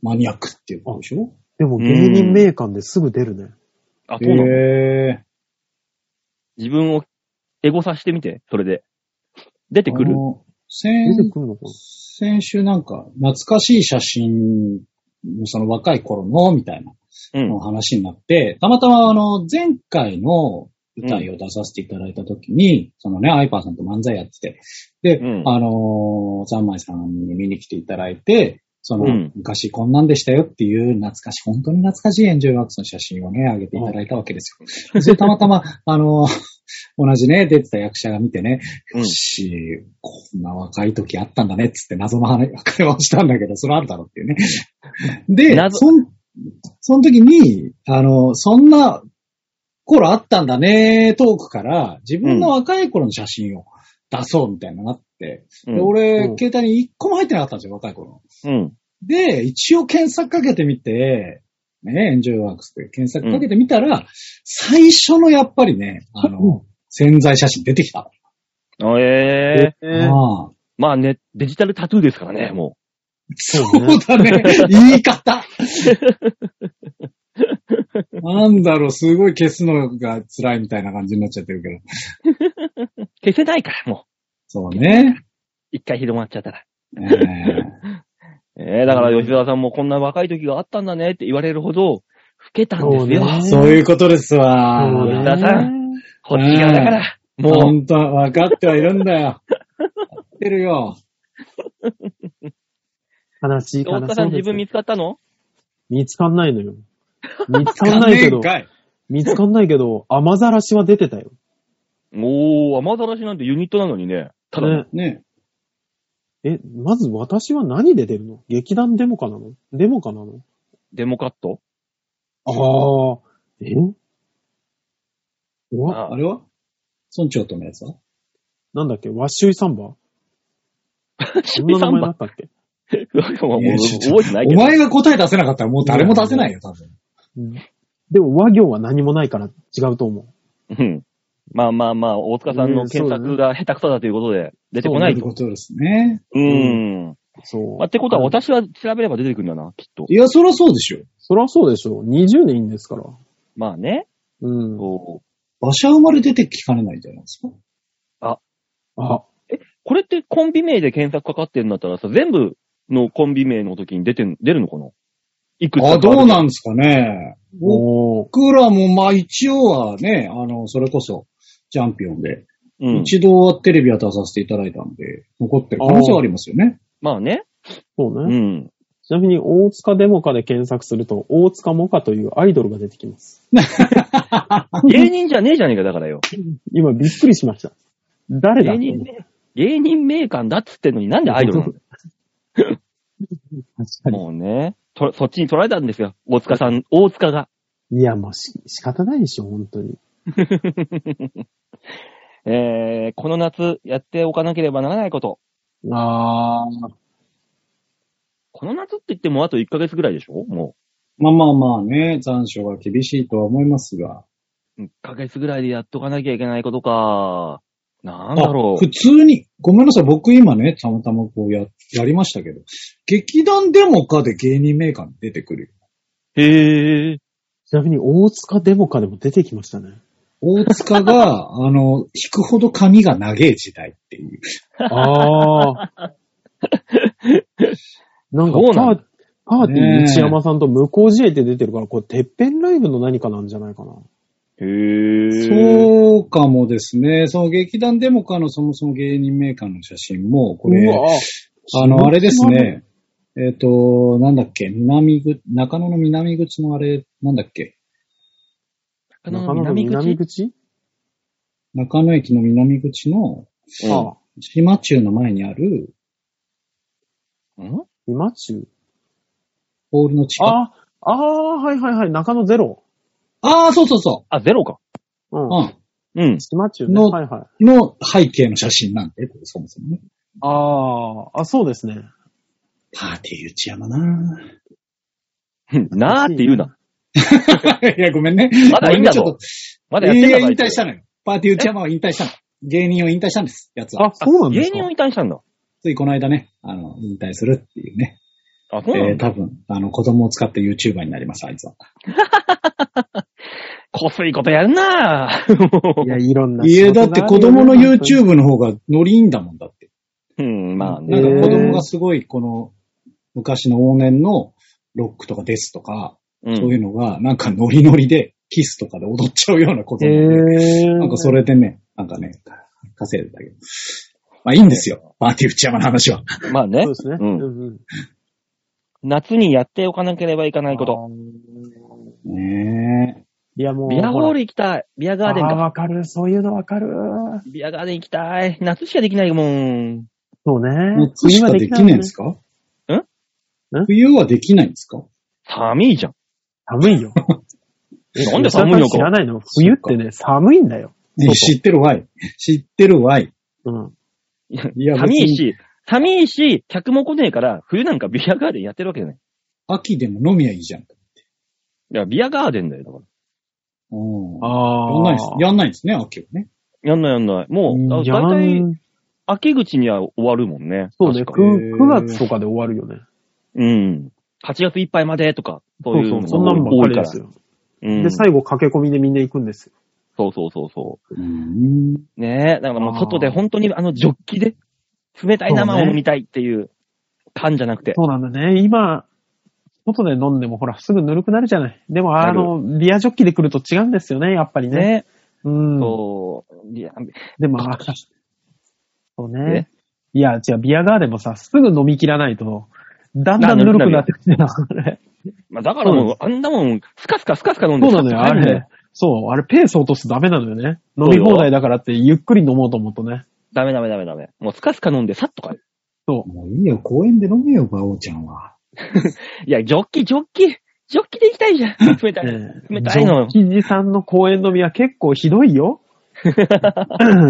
Speaker 4: マニアックっていうことでしょ
Speaker 3: でも芸人名鑑ですぐ出るね。
Speaker 2: あ、
Speaker 4: へ
Speaker 2: そうなの
Speaker 4: え。
Speaker 2: 自分をエゴさしてみて、それで。出てくる
Speaker 4: あの
Speaker 3: 出
Speaker 4: 先
Speaker 3: てくるのか
Speaker 4: 先週なんか、懐かしい写真、その若い頃の、みたいな
Speaker 2: うん
Speaker 4: お。話になって、たまたまあの、前回の舞台を出させていただいたときに、そのね、アイパーさんと漫才やってて、で、
Speaker 2: うん
Speaker 4: あのー、三枚さんに見に来ていただいて、その、
Speaker 2: うん
Speaker 4: 昔こんなんでしたよっていう懐かしい、本当に懐かしいエンジョイワークスの写真をね、上げていただいたわけですよ。それたまたま、あのー、同じね、出てた役者が見てね、
Speaker 2: うん
Speaker 4: し、こんな若い時あったんだねっつって謎の話会話をしたんだけど、それあるだろうっていうね。で、
Speaker 2: 謎
Speaker 4: そん、その時に、あの、そんな頃あったんだね、トークから、自分の若い頃の写真を出そうみたいなのがあって、
Speaker 2: う
Speaker 4: で
Speaker 2: ん。
Speaker 4: 俺、
Speaker 3: うん
Speaker 4: 携帯に一個も入ってなかったんですよ、若い頃。
Speaker 2: うん。
Speaker 4: で、一応検索かけてみて、ね、エンジョイワークスで検索かけてみたら、最初のやっぱりね、あの、潜在写真出てきた。
Speaker 2: あえー
Speaker 3: え
Speaker 4: ああ
Speaker 2: まあね、デジタルタトゥーですからね、も
Speaker 4: そうだね。言い方。なんだろう、すごい消すのが辛いみたいな感じになっちゃってるけど。
Speaker 2: う。消せないから、もう。
Speaker 4: そうね。
Speaker 2: 一回広まっちゃったら。
Speaker 4: えー
Speaker 2: ええだから吉沢さんもこんな若い時があったんだねって言われるほど、けたんですよ。
Speaker 3: そうね
Speaker 4: そういうことですわ。
Speaker 3: そうね
Speaker 2: 吉田さん、こっち側だから。もう、
Speaker 4: 本当は分かってはいるんだよ。分かってるよ。
Speaker 3: 悲しい悲
Speaker 2: 大
Speaker 3: しい
Speaker 2: 塚さん自分見つかったの
Speaker 3: 見つかんないのよ。見つかんないけど
Speaker 4: わ、かんねえんかい
Speaker 3: 見つかんないけど、雨ざらしは出てたよ。
Speaker 2: おー、雨ざらしなんてユニットなのにね。ただの、
Speaker 3: ね
Speaker 4: ね
Speaker 3: え、まず私は何で出るの劇団デモかなのデモかなの
Speaker 2: デモカット
Speaker 3: ああ、えうわ、
Speaker 4: あれは村長とのやつは
Speaker 3: なんだっけワッシュイサンバそ
Speaker 2: シ
Speaker 3: ん
Speaker 2: ミ
Speaker 3: な
Speaker 2: さ
Speaker 3: 名
Speaker 2: ん
Speaker 3: 前だ
Speaker 2: ば。
Speaker 3: ったっけ
Speaker 2: なんかもう
Speaker 4: いやちょっと
Speaker 2: 覚えてないけ
Speaker 4: お
Speaker 2: ど。
Speaker 4: 前が答え出せなかったらもう誰も出せないよ、多分。
Speaker 3: でも和行は何もないから違うと思う。
Speaker 2: うん。まあまあまあ、大塚さんの検索が下手くそだということで、出てこない
Speaker 4: そういう
Speaker 2: と。
Speaker 4: ことですね。
Speaker 2: う
Speaker 3: ね
Speaker 2: ん。
Speaker 3: そう。
Speaker 2: まあ、ってことは、私は調べれば出てくるんだな、きっと。
Speaker 4: いや、そりゃそうでしょ。
Speaker 3: そりゃそうでしょ。20年ですから。
Speaker 2: まあね。
Speaker 3: うん。
Speaker 2: こう
Speaker 4: 馬車生まれ出てきかねないんじゃないです
Speaker 3: あ、
Speaker 4: か
Speaker 2: これってコンビ名で検索かかってるんだったらさ、全部のコンビ名の時に出てん、出るのかないくつか
Speaker 4: あ、
Speaker 2: るけ
Speaker 4: どうなんですかね。
Speaker 3: おー。
Speaker 4: 僕らも、まあ一応はね、あの、それこそ、チャンピオンで、
Speaker 2: うん。
Speaker 4: 一度はテレビは出させていただいたんで、残ってる可能性はありますよね。
Speaker 2: まあね。
Speaker 3: そう
Speaker 2: う
Speaker 3: ね。
Speaker 2: ん。
Speaker 3: ちなみに、大塚デモカで検索すると、大塚モカというアイドルが出てきます。
Speaker 2: 芸人じゃねえじゃねえか、だからよ。
Speaker 3: 今、びっくりしました。誰だ
Speaker 2: 芸人名、芸人名鑑だっつってんのになんでアイドルなの
Speaker 3: 確かに。
Speaker 2: もうね。とそっちに取られたんですよ。大塚さん、大塚が。
Speaker 3: いや、もうし仕方ないでしょ、本当に。
Speaker 2: えー、この夏やっておかなければならないこと。
Speaker 3: あー。
Speaker 2: この夏って言ってもあと1ヶ月ぐらいでしょも
Speaker 4: まあまあまあね、残暑が厳しいとは思いますが。
Speaker 2: う。1ヶ月ぐらいでやっとかなきゃいけないことか。なんだろ
Speaker 4: あ普通に、ごめんなさい、僕今ね、たまたまこうや、やりましたけど、劇団デモかで芸人メーカーに出てくるよ。
Speaker 2: う。へえ。
Speaker 3: ちなみに、大塚デモカでも出てきましたね。
Speaker 4: 大塚が、 あの、引くほど髪が長い時代っていう。
Speaker 3: あー。なんか
Speaker 2: そう
Speaker 3: パ
Speaker 2: な
Speaker 3: ー、パーティーに内山さんと向こう自衛って出てるから、これ、てっぺんライブの何かなんじゃないかな。
Speaker 2: へえ。
Speaker 4: そうかもですね。その劇団デモカのそもそも芸人メーカーの写真も、これ、あの、あれです。ね。えっ、と、なんだっけ、南口、中野の南口のあれ、なんだっけ、
Speaker 2: 中野
Speaker 3: 中
Speaker 2: の
Speaker 3: 野の
Speaker 2: 南口
Speaker 3: 南口
Speaker 4: 中野駅の南口の、
Speaker 2: うん
Speaker 3: ああ、
Speaker 4: 島中の前にある、
Speaker 2: ん
Speaker 3: 今中
Speaker 4: ホールの地下。あ
Speaker 3: あ、ああ、はいはいはい、中野ゼロ。
Speaker 4: あー、そうそうそ
Speaker 2: あ、ゼロか。
Speaker 3: う
Speaker 4: う。
Speaker 3: ん。
Speaker 4: うん。
Speaker 2: うん。
Speaker 3: 島中ね。
Speaker 4: の
Speaker 3: はいはい。
Speaker 4: の背景の写真なんで、これそもそもね。
Speaker 3: ああ、あ、そうですね。
Speaker 4: パーティー内山な ぁ
Speaker 2: なーって言うな。
Speaker 4: いや、ごめんね。
Speaker 2: まだいいんだぞ
Speaker 4: ごめね
Speaker 2: まだ
Speaker 4: ち
Speaker 2: や
Speaker 4: ょ
Speaker 2: ってん
Speaker 4: っと
Speaker 2: だ
Speaker 4: いや引退した
Speaker 2: の
Speaker 4: のよ。パーティー内山は引退したの。芸人を引退したんです、やつは。
Speaker 3: あ、そうなんで
Speaker 2: 芸
Speaker 3: すか
Speaker 2: 人を引退したんだ。
Speaker 4: ついこの間ね、あの、引退するっていうね。
Speaker 2: あ、そうな
Speaker 4: えー
Speaker 2: んだ。
Speaker 4: 多分、あの、子供を使って YouTuber になります、あいつは。
Speaker 2: こすいことやるなぁ。
Speaker 3: いや、いろんな。
Speaker 4: いや、だって子供の。YouTube の方がノリいいんだもんだって。
Speaker 2: うん、まあ
Speaker 4: なん
Speaker 2: ね。
Speaker 4: か子供がすごい、この、昔の往年のロックとかデスとか、
Speaker 2: う
Speaker 4: そうい
Speaker 2: ん。
Speaker 4: うのが、なんかノリノリで、キスとかで踊っちゃうような子
Speaker 3: へ
Speaker 4: 供で、
Speaker 3: えー。
Speaker 4: なんかそれでね、なんかね、稼いでたけど。まあいいんですよ。パーティー内山の話は。
Speaker 2: まあね
Speaker 3: そう。ですね。
Speaker 2: うん
Speaker 3: うんうん。
Speaker 2: 夏にやっておかなければいかないこと。
Speaker 3: あ
Speaker 4: ね
Speaker 3: ー。いや、もう。
Speaker 2: ビア
Speaker 3: ほ
Speaker 2: ホ
Speaker 3: ら
Speaker 2: ール行きたい。ビアガーデン
Speaker 3: あー
Speaker 2: か。
Speaker 3: わかる。そういうのわかる。
Speaker 2: ビアガーデン行きたい。夏しかできないもん。
Speaker 3: そうね
Speaker 4: え。。夏しかできないんです
Speaker 3: か
Speaker 4: か
Speaker 2: ん
Speaker 4: 冬はできないんですか
Speaker 2: 寒いじゃん。
Speaker 3: 寒いよ。
Speaker 2: なんで寒いの
Speaker 3: 知
Speaker 2: か。
Speaker 3: らないの冬ってね、寒いんだよ。
Speaker 4: ね知ってるわい。知ってるわい。
Speaker 3: うん。
Speaker 4: いや、
Speaker 2: 寒い
Speaker 4: 別に
Speaker 2: し、寒いし、客も来ねえから、冬なんかビアガーデンやってるわけじゃない。
Speaker 4: 秋でも飲みはいいじゃん。
Speaker 2: いや、ビアガーデンだよ、だから。
Speaker 4: うん。
Speaker 3: ああ。
Speaker 4: やんないです。やんないですね、秋はね。
Speaker 2: やんないやんない。もう、だい
Speaker 3: やん
Speaker 2: たい秋口には終わるもんね。
Speaker 3: そうね、
Speaker 2: 確か
Speaker 3: 9,
Speaker 4: へー
Speaker 3: 月とかで終わるよね。
Speaker 2: うん。8月いっぱいまでとか、そう
Speaker 3: そう
Speaker 2: い
Speaker 3: そうう、
Speaker 2: の
Speaker 3: そんなの
Speaker 2: が
Speaker 3: ばっ
Speaker 2: 多
Speaker 3: か
Speaker 2: い
Speaker 3: り
Speaker 2: から
Speaker 3: です。よ。
Speaker 2: うん
Speaker 3: で、最後駆け込みでみんな行くんですよ。
Speaker 2: そうそうそうそ
Speaker 4: うん。
Speaker 2: う。ねえ、だからも
Speaker 3: あ
Speaker 2: う
Speaker 3: ー
Speaker 2: 外で本当にあのジョッキで、冷たい生を飲みたいっていう感じゃなくて。
Speaker 3: そうなんだね。今、外で飲んでもほら、すぐぬるくなるじゃない。でも、あの、ビアジョッキで来ると違うんですよね、やっぱりね。
Speaker 2: ね。
Speaker 3: うん。
Speaker 2: そう。いや、
Speaker 3: で も、あそうね
Speaker 2: ね。
Speaker 3: いや、違う、ビアガーデンもさ、すぐ飲み切らないと、だんだんぬるくなってきてな、あれ。
Speaker 2: まあ、だからもう、あんなもん、スカスカスカスカ飲んで
Speaker 3: そうなのよ、あ。
Speaker 2: スカスカ入る
Speaker 3: れ。そう、あれペース落とすとダメなのよね。飲み放題だからって、ゆっくり飲もうと思うとね。
Speaker 2: ダメダメダメダメ。もうスカスカ飲んで、さっとか。
Speaker 3: そう。
Speaker 4: もういいよ、公園で飲めよ、馬王ちゃんは。
Speaker 2: いや、ジョッキ、ジョッキ、ジョッキで行きたいじゃ ん。冷たい。冷たいのよ
Speaker 3: ジョッキジさんの公園飲みは結構ひどい よ。
Speaker 4: 冷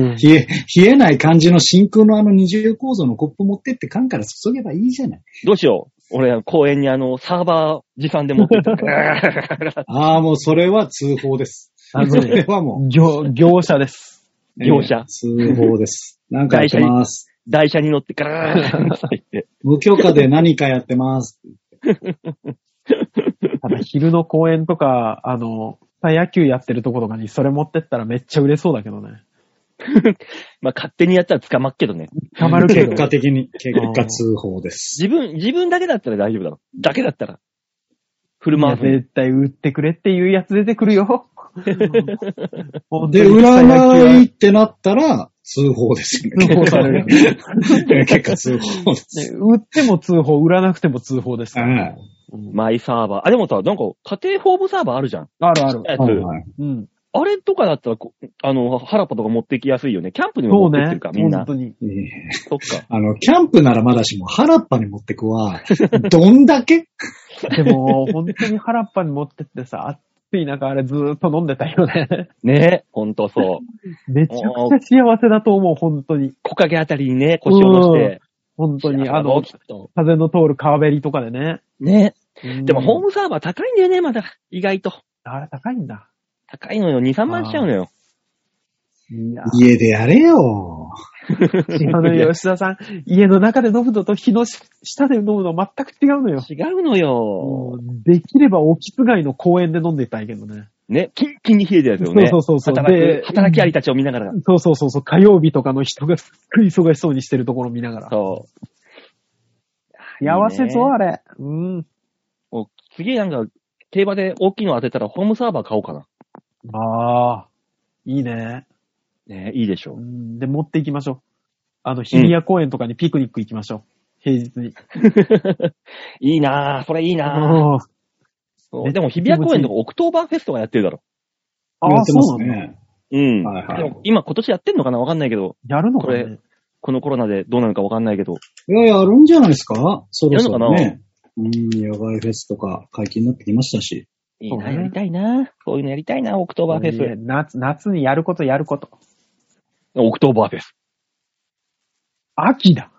Speaker 4: え、冷えない感じの真空のあの二重構造のコップ持ってって缶から注げばいいじ ゃない。
Speaker 2: どうしよう。俺、公園にあの、サーバー持参で持って った。
Speaker 4: ああ、もうそれは通報です。
Speaker 3: あの
Speaker 4: それ
Speaker 3: ね、
Speaker 4: はも
Speaker 3: 業、業者です。
Speaker 4: う。
Speaker 2: 業者
Speaker 4: ええ通報です。なんかやって ます。
Speaker 2: 台車に乗って、ガラーンって言って。
Speaker 4: 無許可で何かやってます。
Speaker 3: ただ昼の公園とか、あの、草野球やってるとことかにそれ持ってったらめっちゃ売れそうだけど ね。
Speaker 2: まあ、勝手にやったら捕まっけどね。
Speaker 3: たまるけ
Speaker 4: 結
Speaker 3: ど
Speaker 4: 果。的に、結果通報です。
Speaker 2: 自分、自分だけだったら大丈夫だろ。だけだったら。フル
Speaker 3: い
Speaker 2: マ
Speaker 3: や
Speaker 2: ラソン。
Speaker 3: 絶対売ってくれっていうやつ出てく るよ。
Speaker 4: で、売らないってなったら、通報です。
Speaker 3: 通報さ れる。
Speaker 4: 結果通報です。
Speaker 3: ね売っても通報、売らなくても通報です
Speaker 4: う
Speaker 3: か
Speaker 4: ん
Speaker 3: ら。
Speaker 4: は
Speaker 2: マイサーバー。あ、でもさ、なんか、家庭ホームサーバーあるじゃん。
Speaker 3: あるある。
Speaker 2: やつ。
Speaker 4: いはい
Speaker 3: うん。
Speaker 2: あれとかだったらこ、あの、原っぱとか持ってきやすいよね。キャンプに
Speaker 3: そ
Speaker 2: も
Speaker 3: う
Speaker 2: 持ってきて
Speaker 3: ね
Speaker 2: るか、。ら、みん
Speaker 3: 本
Speaker 2: な。
Speaker 3: 当に。
Speaker 4: ええ
Speaker 2: そっか。
Speaker 4: あの、キャンプならまだしも、原っぱに持ってく わ。どんだけ
Speaker 3: でも、本当に腹っぱに持ってってさ、暑い中あれずーっと飲んでたよ ね。
Speaker 2: ねえ、ほんとそう。
Speaker 3: めちゃくちゃ幸せだと思う、本当に。
Speaker 2: 木陰あたりにね、腰を下ろして。
Speaker 3: 本当に、あの
Speaker 2: き、っと。
Speaker 3: 風の通る川べりとかでね。
Speaker 2: ね
Speaker 3: うん
Speaker 2: え。でも、ホームサーバー高いんだよね、まだ。意外と。
Speaker 3: あれ高いんだ。
Speaker 2: 高いのよ。2、3万しちゃうのよ。
Speaker 3: いや、
Speaker 4: 家でやれよ。
Speaker 3: 島の吉田さん、家の中で飲むのと日の下で飲むの全く違うのよ。
Speaker 2: 違うの
Speaker 3: も
Speaker 2: よ。
Speaker 3: うできればオフィス街の公園で飲んでいたいけどね。
Speaker 2: ね、キンキンに冷えてるやつよね。
Speaker 3: そうそうそうそう
Speaker 2: 働
Speaker 3: で
Speaker 2: く、働きありたちを見ながら。
Speaker 3: そうそうそうそう、火曜日とかの人がすっごい忙しそうにしてるところ見ながら。
Speaker 2: そう。
Speaker 3: 幸せそう、
Speaker 2: いいね
Speaker 3: あれ。うん。
Speaker 2: もう次なんか、競馬で大きいの当てたらホームサーバー買おうかな。
Speaker 3: ああ、いいね。
Speaker 2: ねいいでし
Speaker 3: う
Speaker 2: ょ
Speaker 3: んで、持っていきましょう。あの、日比谷公園とかにピクニック行きましょう。平日に。
Speaker 2: う。いいなぁ、それいいなぁ。
Speaker 3: あ
Speaker 2: そうでも日比谷公園とかオクトーバーフェストがやってるだろ。
Speaker 3: あ
Speaker 4: や
Speaker 3: ー、
Speaker 4: って
Speaker 3: そ
Speaker 4: ま
Speaker 3: うな
Speaker 4: す
Speaker 3: んだ。
Speaker 4: ね。
Speaker 2: うん。
Speaker 4: はいはい
Speaker 2: でも今今年やってんのかなわかんないけど、
Speaker 3: やるのか
Speaker 2: こ
Speaker 3: ね
Speaker 2: れ。このコロナでどうなのかわかんないけど。
Speaker 4: いや、やるんじゃないですかそろそろ
Speaker 2: や
Speaker 4: ね。うん、野外フェスとか解禁になってきましたし。
Speaker 2: いい
Speaker 3: そう
Speaker 2: な、
Speaker 3: ね
Speaker 2: やりたいな。そういうのやりたいな、オクトーバーフ
Speaker 3: いい
Speaker 2: ェ
Speaker 3: ね
Speaker 2: ス。
Speaker 3: 夏、夏にやることやること。
Speaker 2: オクトーバーフェス。
Speaker 3: 秋 だ。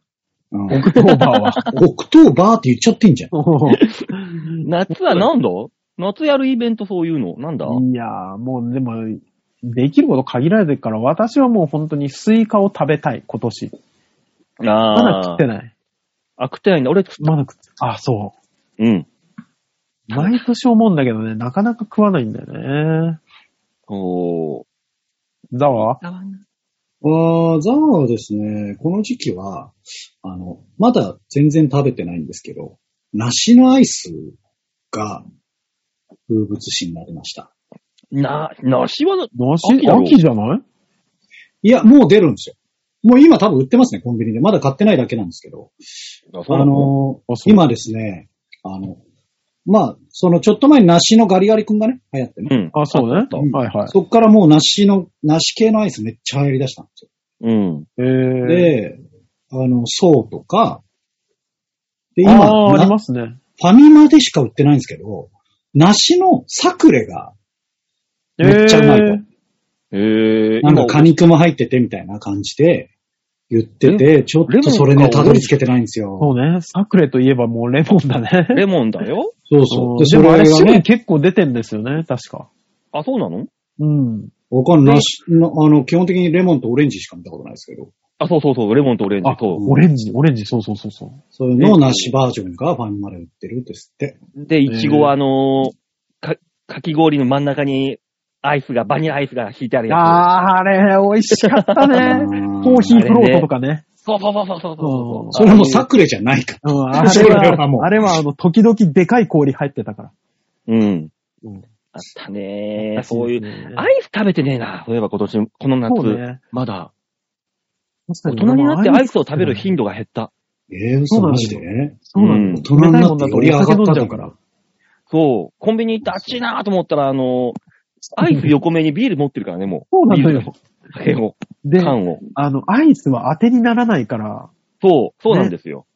Speaker 4: うん
Speaker 3: オクトーバーは。
Speaker 4: オクトーバーって言っちゃってんじゃん。
Speaker 2: 夏は何だ夏やるイベントそういうの。なんだ
Speaker 3: いやー、もうでも、できること限られてるから、私はもう本当にスイカを食べたい、今年。まだ食
Speaker 2: あ
Speaker 3: っ
Speaker 2: ー
Speaker 3: て。ない。
Speaker 2: あ、食ってないんだ。俺、つ
Speaker 3: まだ食って、あ、そ
Speaker 2: うん。
Speaker 3: う。毎年思うんだけどね、なかなか食わないんだよね。
Speaker 2: おー。
Speaker 3: だわ。
Speaker 4: ああ、ザワはですね、この時期は、あの、まだ全然食べてないんですけど、梨のアイスが風物詩になりました。
Speaker 2: な、梨は、
Speaker 3: 梨
Speaker 2: 秋だろ
Speaker 3: 秋じゃない
Speaker 4: いや、もう出るんですよ。もう今多分売ってますね、コンビニで。まだ買ってないだけなんですけど。
Speaker 2: あそう
Speaker 4: あ
Speaker 2: なの
Speaker 4: の
Speaker 3: あそう
Speaker 4: 今ですね、あの、まあ、そのちょっと前に梨のガリガリ君がね、流行ってね。
Speaker 2: うん。
Speaker 3: あ、そうね。
Speaker 4: うん
Speaker 3: はいはい。
Speaker 4: そっからもう梨の、梨系のアイスめっちゃ流行り出したんですよ。
Speaker 2: うん。
Speaker 3: えー、
Speaker 4: で、あの、そうとか、で、今、
Speaker 3: ああ、あり
Speaker 4: な
Speaker 3: ますね。
Speaker 4: ファミマでしか売ってないんですけど、梨のサクレが、めっちゃうまいと
Speaker 3: えー
Speaker 2: へえー。
Speaker 4: なんか果肉も入っててみたいな感じで言ってて、ちょっ
Speaker 2: レモン
Speaker 4: と
Speaker 2: か
Speaker 4: それね、たどり着けてないんです
Speaker 3: そ
Speaker 4: よ。
Speaker 3: うね。サクレといえばもうレモンだね。
Speaker 2: レモンだよ。
Speaker 4: そうそう。
Speaker 3: ん
Speaker 4: で、
Speaker 3: で
Speaker 4: それ
Speaker 3: もあ
Speaker 4: が
Speaker 3: れ種類
Speaker 4: ね、
Speaker 3: 結構出てんですよね、確か。
Speaker 2: あ、そうなの
Speaker 3: うん。
Speaker 4: わかんない。梨のあの、基本的にレモンとオレンジしか見たことないですけど、
Speaker 2: あ、そうそうそう、レモンとオレンジ
Speaker 3: あ、
Speaker 2: と。
Speaker 3: オレンジ、オレンジ、そうそうそうそう。
Speaker 4: それの梨バージョンがファミマで売ってるんですって。
Speaker 2: で、いちごはあのーか、かき氷の真ん中に、アイスが、バニラアイスが引いてあるや
Speaker 3: あー、あれ、美味しかった
Speaker 4: あ
Speaker 3: ね。
Speaker 4: ー
Speaker 3: コーヒーフロートとかね。
Speaker 2: つ。そうそうそうそうそうそうう。
Speaker 3: ん
Speaker 4: それはもうサクレじゃないから。
Speaker 3: うんあれ
Speaker 4: それはもう
Speaker 3: は、あれはあの、時々でかい氷入ってたから。
Speaker 2: うん。
Speaker 3: うん
Speaker 2: あったねー。そういう。
Speaker 3: う
Speaker 2: アイス食べてねえな。そういえば今年、この夏。
Speaker 3: そうね。
Speaker 2: まだ。
Speaker 3: 大
Speaker 2: 大人になってアイスを食べる頻度が減った。
Speaker 4: ええー、
Speaker 3: そうな
Speaker 4: 嘘
Speaker 3: ん
Speaker 4: マ
Speaker 3: です
Speaker 4: ジ
Speaker 3: よ
Speaker 4: で
Speaker 3: そうなん
Speaker 4: 大
Speaker 3: だ
Speaker 4: 人になってより上がったのから。。
Speaker 2: そう。コンビニ行ってあっちいなーと思ったら、あの、アイス横目にビール持ってるからね、もう。
Speaker 3: そうなの
Speaker 2: ビール
Speaker 3: よ。
Speaker 2: の酒を、
Speaker 3: で、
Speaker 2: 缶を。
Speaker 3: あの、アイスは当てにならないから、
Speaker 2: そう、そうなんですよ。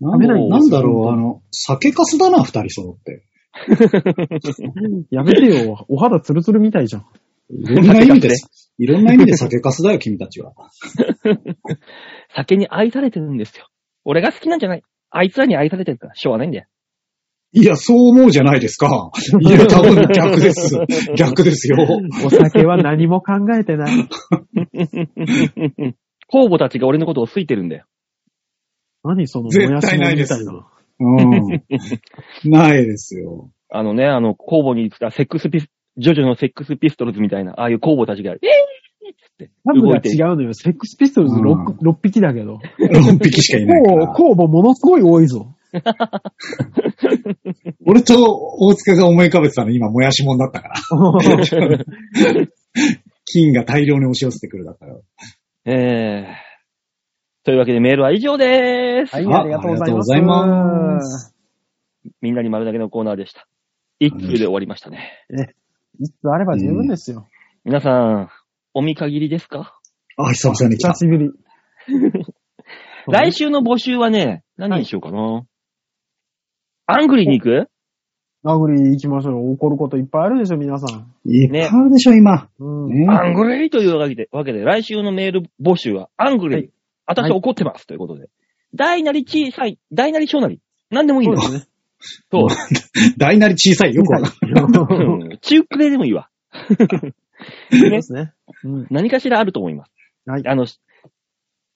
Speaker 4: な
Speaker 3: 食べない
Speaker 4: ん
Speaker 3: ん
Speaker 4: な
Speaker 3: で
Speaker 4: ん
Speaker 3: すよ
Speaker 4: だろう、あの、酒かすだな、二人揃って。
Speaker 3: やめてよ、お肌ツルツルみたいじゃん。
Speaker 4: いろんな意味です。いろんな意味で酒かすだよ、君たちは。
Speaker 2: 酒に愛されてるんですよ。俺が好きなんじゃない。あいつらに愛されてるから、しょうがない んだよ。
Speaker 4: いや、そう思うじゃないです か。いや、多分逆です。逆ですよ。
Speaker 3: お酒は何も考えて ない。
Speaker 2: 公募たちが俺のことを好いてるんだよ。
Speaker 3: 何その、も
Speaker 4: 絶
Speaker 3: やし
Speaker 4: 対
Speaker 3: も
Speaker 4: ない
Speaker 3: み
Speaker 4: で
Speaker 3: た
Speaker 4: す
Speaker 3: いな。
Speaker 4: うん。ないですよ。
Speaker 2: あのね、あの、公募に行ったセックスピス、ジョジョのセックスピストルズみたいな、ああいう公募たちが、えぇーっつって
Speaker 3: 多分
Speaker 2: 動
Speaker 3: が
Speaker 2: いて
Speaker 3: 違うのよ。セックスピストルズ 6, 6匹だけど。
Speaker 4: 6匹しかいないか
Speaker 3: もう、
Speaker 4: ら。
Speaker 3: 酵母ものすごい多 いぞ。
Speaker 4: 俺と大塚が思い浮かべてたの今、もやしもんだったから。金が大量に押し寄せてくるだったよ。
Speaker 2: えー。というわけでメールは以上でーす。
Speaker 3: はい
Speaker 4: あありがとうございます。
Speaker 2: みんなに丸投げのコーナーでした。一通で終わりましたね。
Speaker 3: いつあれば十分ですよ。
Speaker 2: 皆さん、お見限りですか
Speaker 4: あ、久々に来た
Speaker 3: 久。しぶり。
Speaker 2: 来週の募集はね、何にしようかな。アングリーに行く
Speaker 3: アグリ行きましょう。怒ることいっぱいあるでしょ、皆さん。
Speaker 4: いっぱいあるでしょ、今。
Speaker 3: うん。
Speaker 4: ね
Speaker 2: アングリーというわけで、わけで来週のメール募集は、アングリー。
Speaker 3: はい
Speaker 2: 私怒ってます、ということで。大なり小さい、大なり小なり。何でもいい
Speaker 3: そ
Speaker 2: ん
Speaker 3: う
Speaker 2: だ
Speaker 3: で
Speaker 2: よ。
Speaker 3: すね。
Speaker 2: そう。
Speaker 4: 大なり小さい、よくわかんない。
Speaker 2: うん中くれでもいいわ。
Speaker 3: そう
Speaker 2: ね
Speaker 3: ですね。うん。
Speaker 2: 何かしらあると思います。
Speaker 3: はい
Speaker 2: あの、し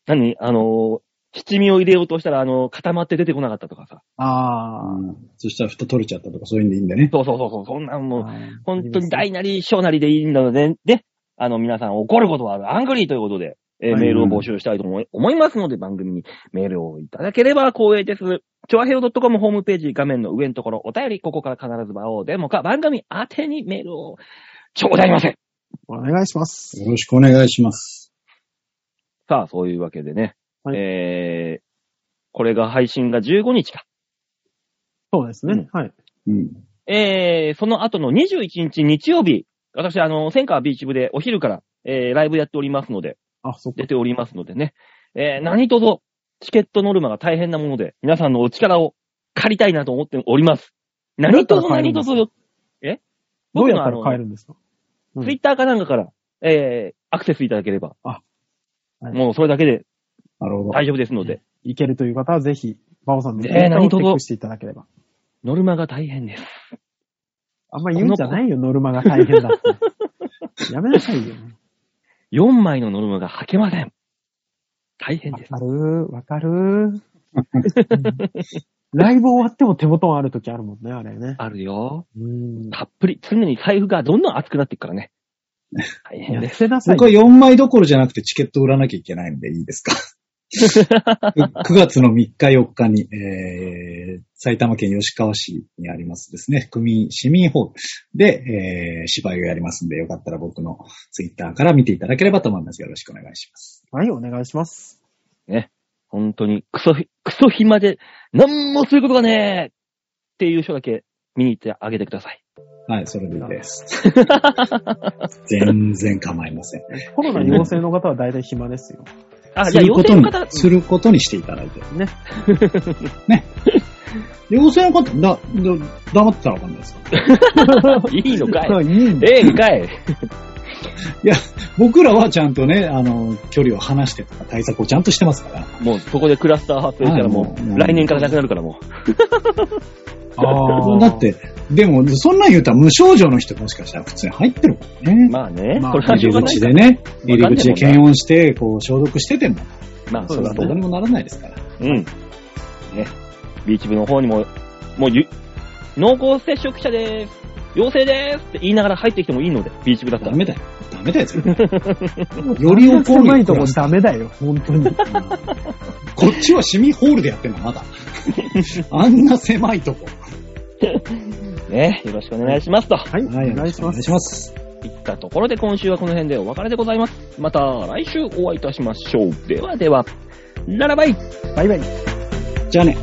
Speaker 2: 何あのー、七味を入れようとしたら、あのー、固まって出てこなかったとかさ。
Speaker 3: あ
Speaker 4: そしたら蓋取れちゃったとか、そういうんでいいんだね。
Speaker 2: そうそうそうそう、そんなん
Speaker 3: あ
Speaker 2: もう、。本当に大なり小なりでいいんだので、ね、あの、皆さん怒ることはある、アングリーということで、えー
Speaker 3: はい
Speaker 2: メールを募集したいと思い思いますので、番組にメールをいただければ光栄です。チョアヘオ .com ホームページ画面の上のところ、お便り、ここから必ず場をデモか、番組宛てにメールを、ちょうだいませ。
Speaker 3: お願いします。
Speaker 4: よろしくお願いします。
Speaker 2: さあ、そういうわけでね。
Speaker 3: はい
Speaker 2: えー、これが配信が15日か。
Speaker 3: そうですね。はい。
Speaker 4: うん。
Speaker 2: えー、その後の21日日曜日、私、あの、センカービーチ部でお昼から、えー、ライブやっておりますので、
Speaker 3: あ、そっか
Speaker 2: 出。ておりますのでね。えー、何とぞ、チケットノルマが大変なもので、皆さんのお力を借りたいなと思っております。何とぞ
Speaker 3: どうやったら買え
Speaker 2: 何
Speaker 3: るん
Speaker 2: と
Speaker 3: です
Speaker 2: ぞ
Speaker 3: か
Speaker 2: よ、え
Speaker 3: どうやっ
Speaker 2: 僕
Speaker 3: たら
Speaker 2: のあ
Speaker 3: 買え
Speaker 2: の
Speaker 3: るんですかうん
Speaker 2: ツイッターかなんかから、えー、アクセスいただければ。
Speaker 3: あはい
Speaker 2: もうそれだけで
Speaker 4: なるほど。
Speaker 2: 大丈夫ですので、
Speaker 3: いけるという方はぜひ、バオさんの
Speaker 2: ねえ
Speaker 3: ツイッター
Speaker 2: 何
Speaker 3: をチ
Speaker 2: と
Speaker 3: ェ
Speaker 2: ぞ
Speaker 3: ックしていただければ。
Speaker 2: ノルマが大変です。
Speaker 3: あんま言うんじゃないよ、ノルマが大変だって。やめなさいよ。
Speaker 2: 4枚のノルマが履けません。大変
Speaker 3: わ
Speaker 2: です。
Speaker 3: かるー、わかるー。ライブ終わっても手元あるときあるもんね、あれね。
Speaker 2: あるよ。
Speaker 3: うん。
Speaker 2: たっぷり。常に財布がどんどん熱くなっていくか らね。大変
Speaker 3: や
Speaker 2: です。
Speaker 3: せなさい
Speaker 4: 僕は。4枚どころじゃなくてチケット売らなきゃいけないんでいいで すか9月の3日4日に、えー、埼玉県吉川市にありますですね、区民、市民ホールで、えー、芝居をやりますんで、よかったら僕のツイッターから見ていただければと思います。よろしくお願いします。
Speaker 3: はい、お願いします。
Speaker 2: 本当に、クソ、クソ暇で、何もすることがねえっていう人だけ見に行ってあげてください。
Speaker 4: はい、それでいいです。全然構いません。
Speaker 3: コロナ陽性の方は大体暇ですよ。
Speaker 2: あ、
Speaker 4: す
Speaker 2: じゃあ、
Speaker 4: る
Speaker 2: 陽
Speaker 4: こ
Speaker 2: 性
Speaker 4: と
Speaker 2: の
Speaker 4: に
Speaker 2: 方、、
Speaker 4: することにしていただいて。
Speaker 3: ね。
Speaker 4: ね。 陽性の方、だ、だ、黙ってたらわかんないですか
Speaker 2: いいのかい
Speaker 3: あいいんだ
Speaker 2: ええんかい
Speaker 4: 僕らはちゃんとね、あの、距離を離してとか対策をちゃんとしてますから。
Speaker 2: もう、そこでクラスター発生したらも、
Speaker 4: はいうもう
Speaker 2: 来年からなくなるからも
Speaker 3: あー
Speaker 4: だって、でも、そんなん言うたら無症状の人もしかしたら普通に入ってるもん
Speaker 2: う。
Speaker 4: ね。
Speaker 2: まあね、
Speaker 3: まあ
Speaker 2: これはし
Speaker 4: 入
Speaker 2: ょうが
Speaker 4: り
Speaker 2: ない
Speaker 4: 口
Speaker 2: か
Speaker 4: でね、
Speaker 2: わ
Speaker 4: 入
Speaker 2: かんねえもんな
Speaker 4: り口で検温して、こう消毒してても、
Speaker 2: まあ、
Speaker 4: そ
Speaker 2: そうだ
Speaker 4: れはどう
Speaker 2: ね。
Speaker 4: にもならないですから。
Speaker 2: うん。ね。ビーチ部の方にも、もうゆ、濃厚接触者です。陽性でーすって言いながら入ってきてもいいので、ビーチ部だった
Speaker 4: ダ
Speaker 2: ら。
Speaker 4: メだよ。ダメだよ、絶対より怒る
Speaker 3: 狭
Speaker 4: よ
Speaker 3: いとこ
Speaker 4: クラス
Speaker 3: ダメだよ、本当に。
Speaker 4: こっちは市民ホールでやってんの、まだ。あんな狭いとこ。
Speaker 2: ね。よろしくお願いしますと。
Speaker 5: はい、お願いし
Speaker 4: お
Speaker 5: ま
Speaker 4: 願
Speaker 5: す
Speaker 4: い。します。
Speaker 2: いったところで今週はこの辺でお別れでございます。また来週お会いいたしましょう。ではでは、ならばい
Speaker 4: じゃあね。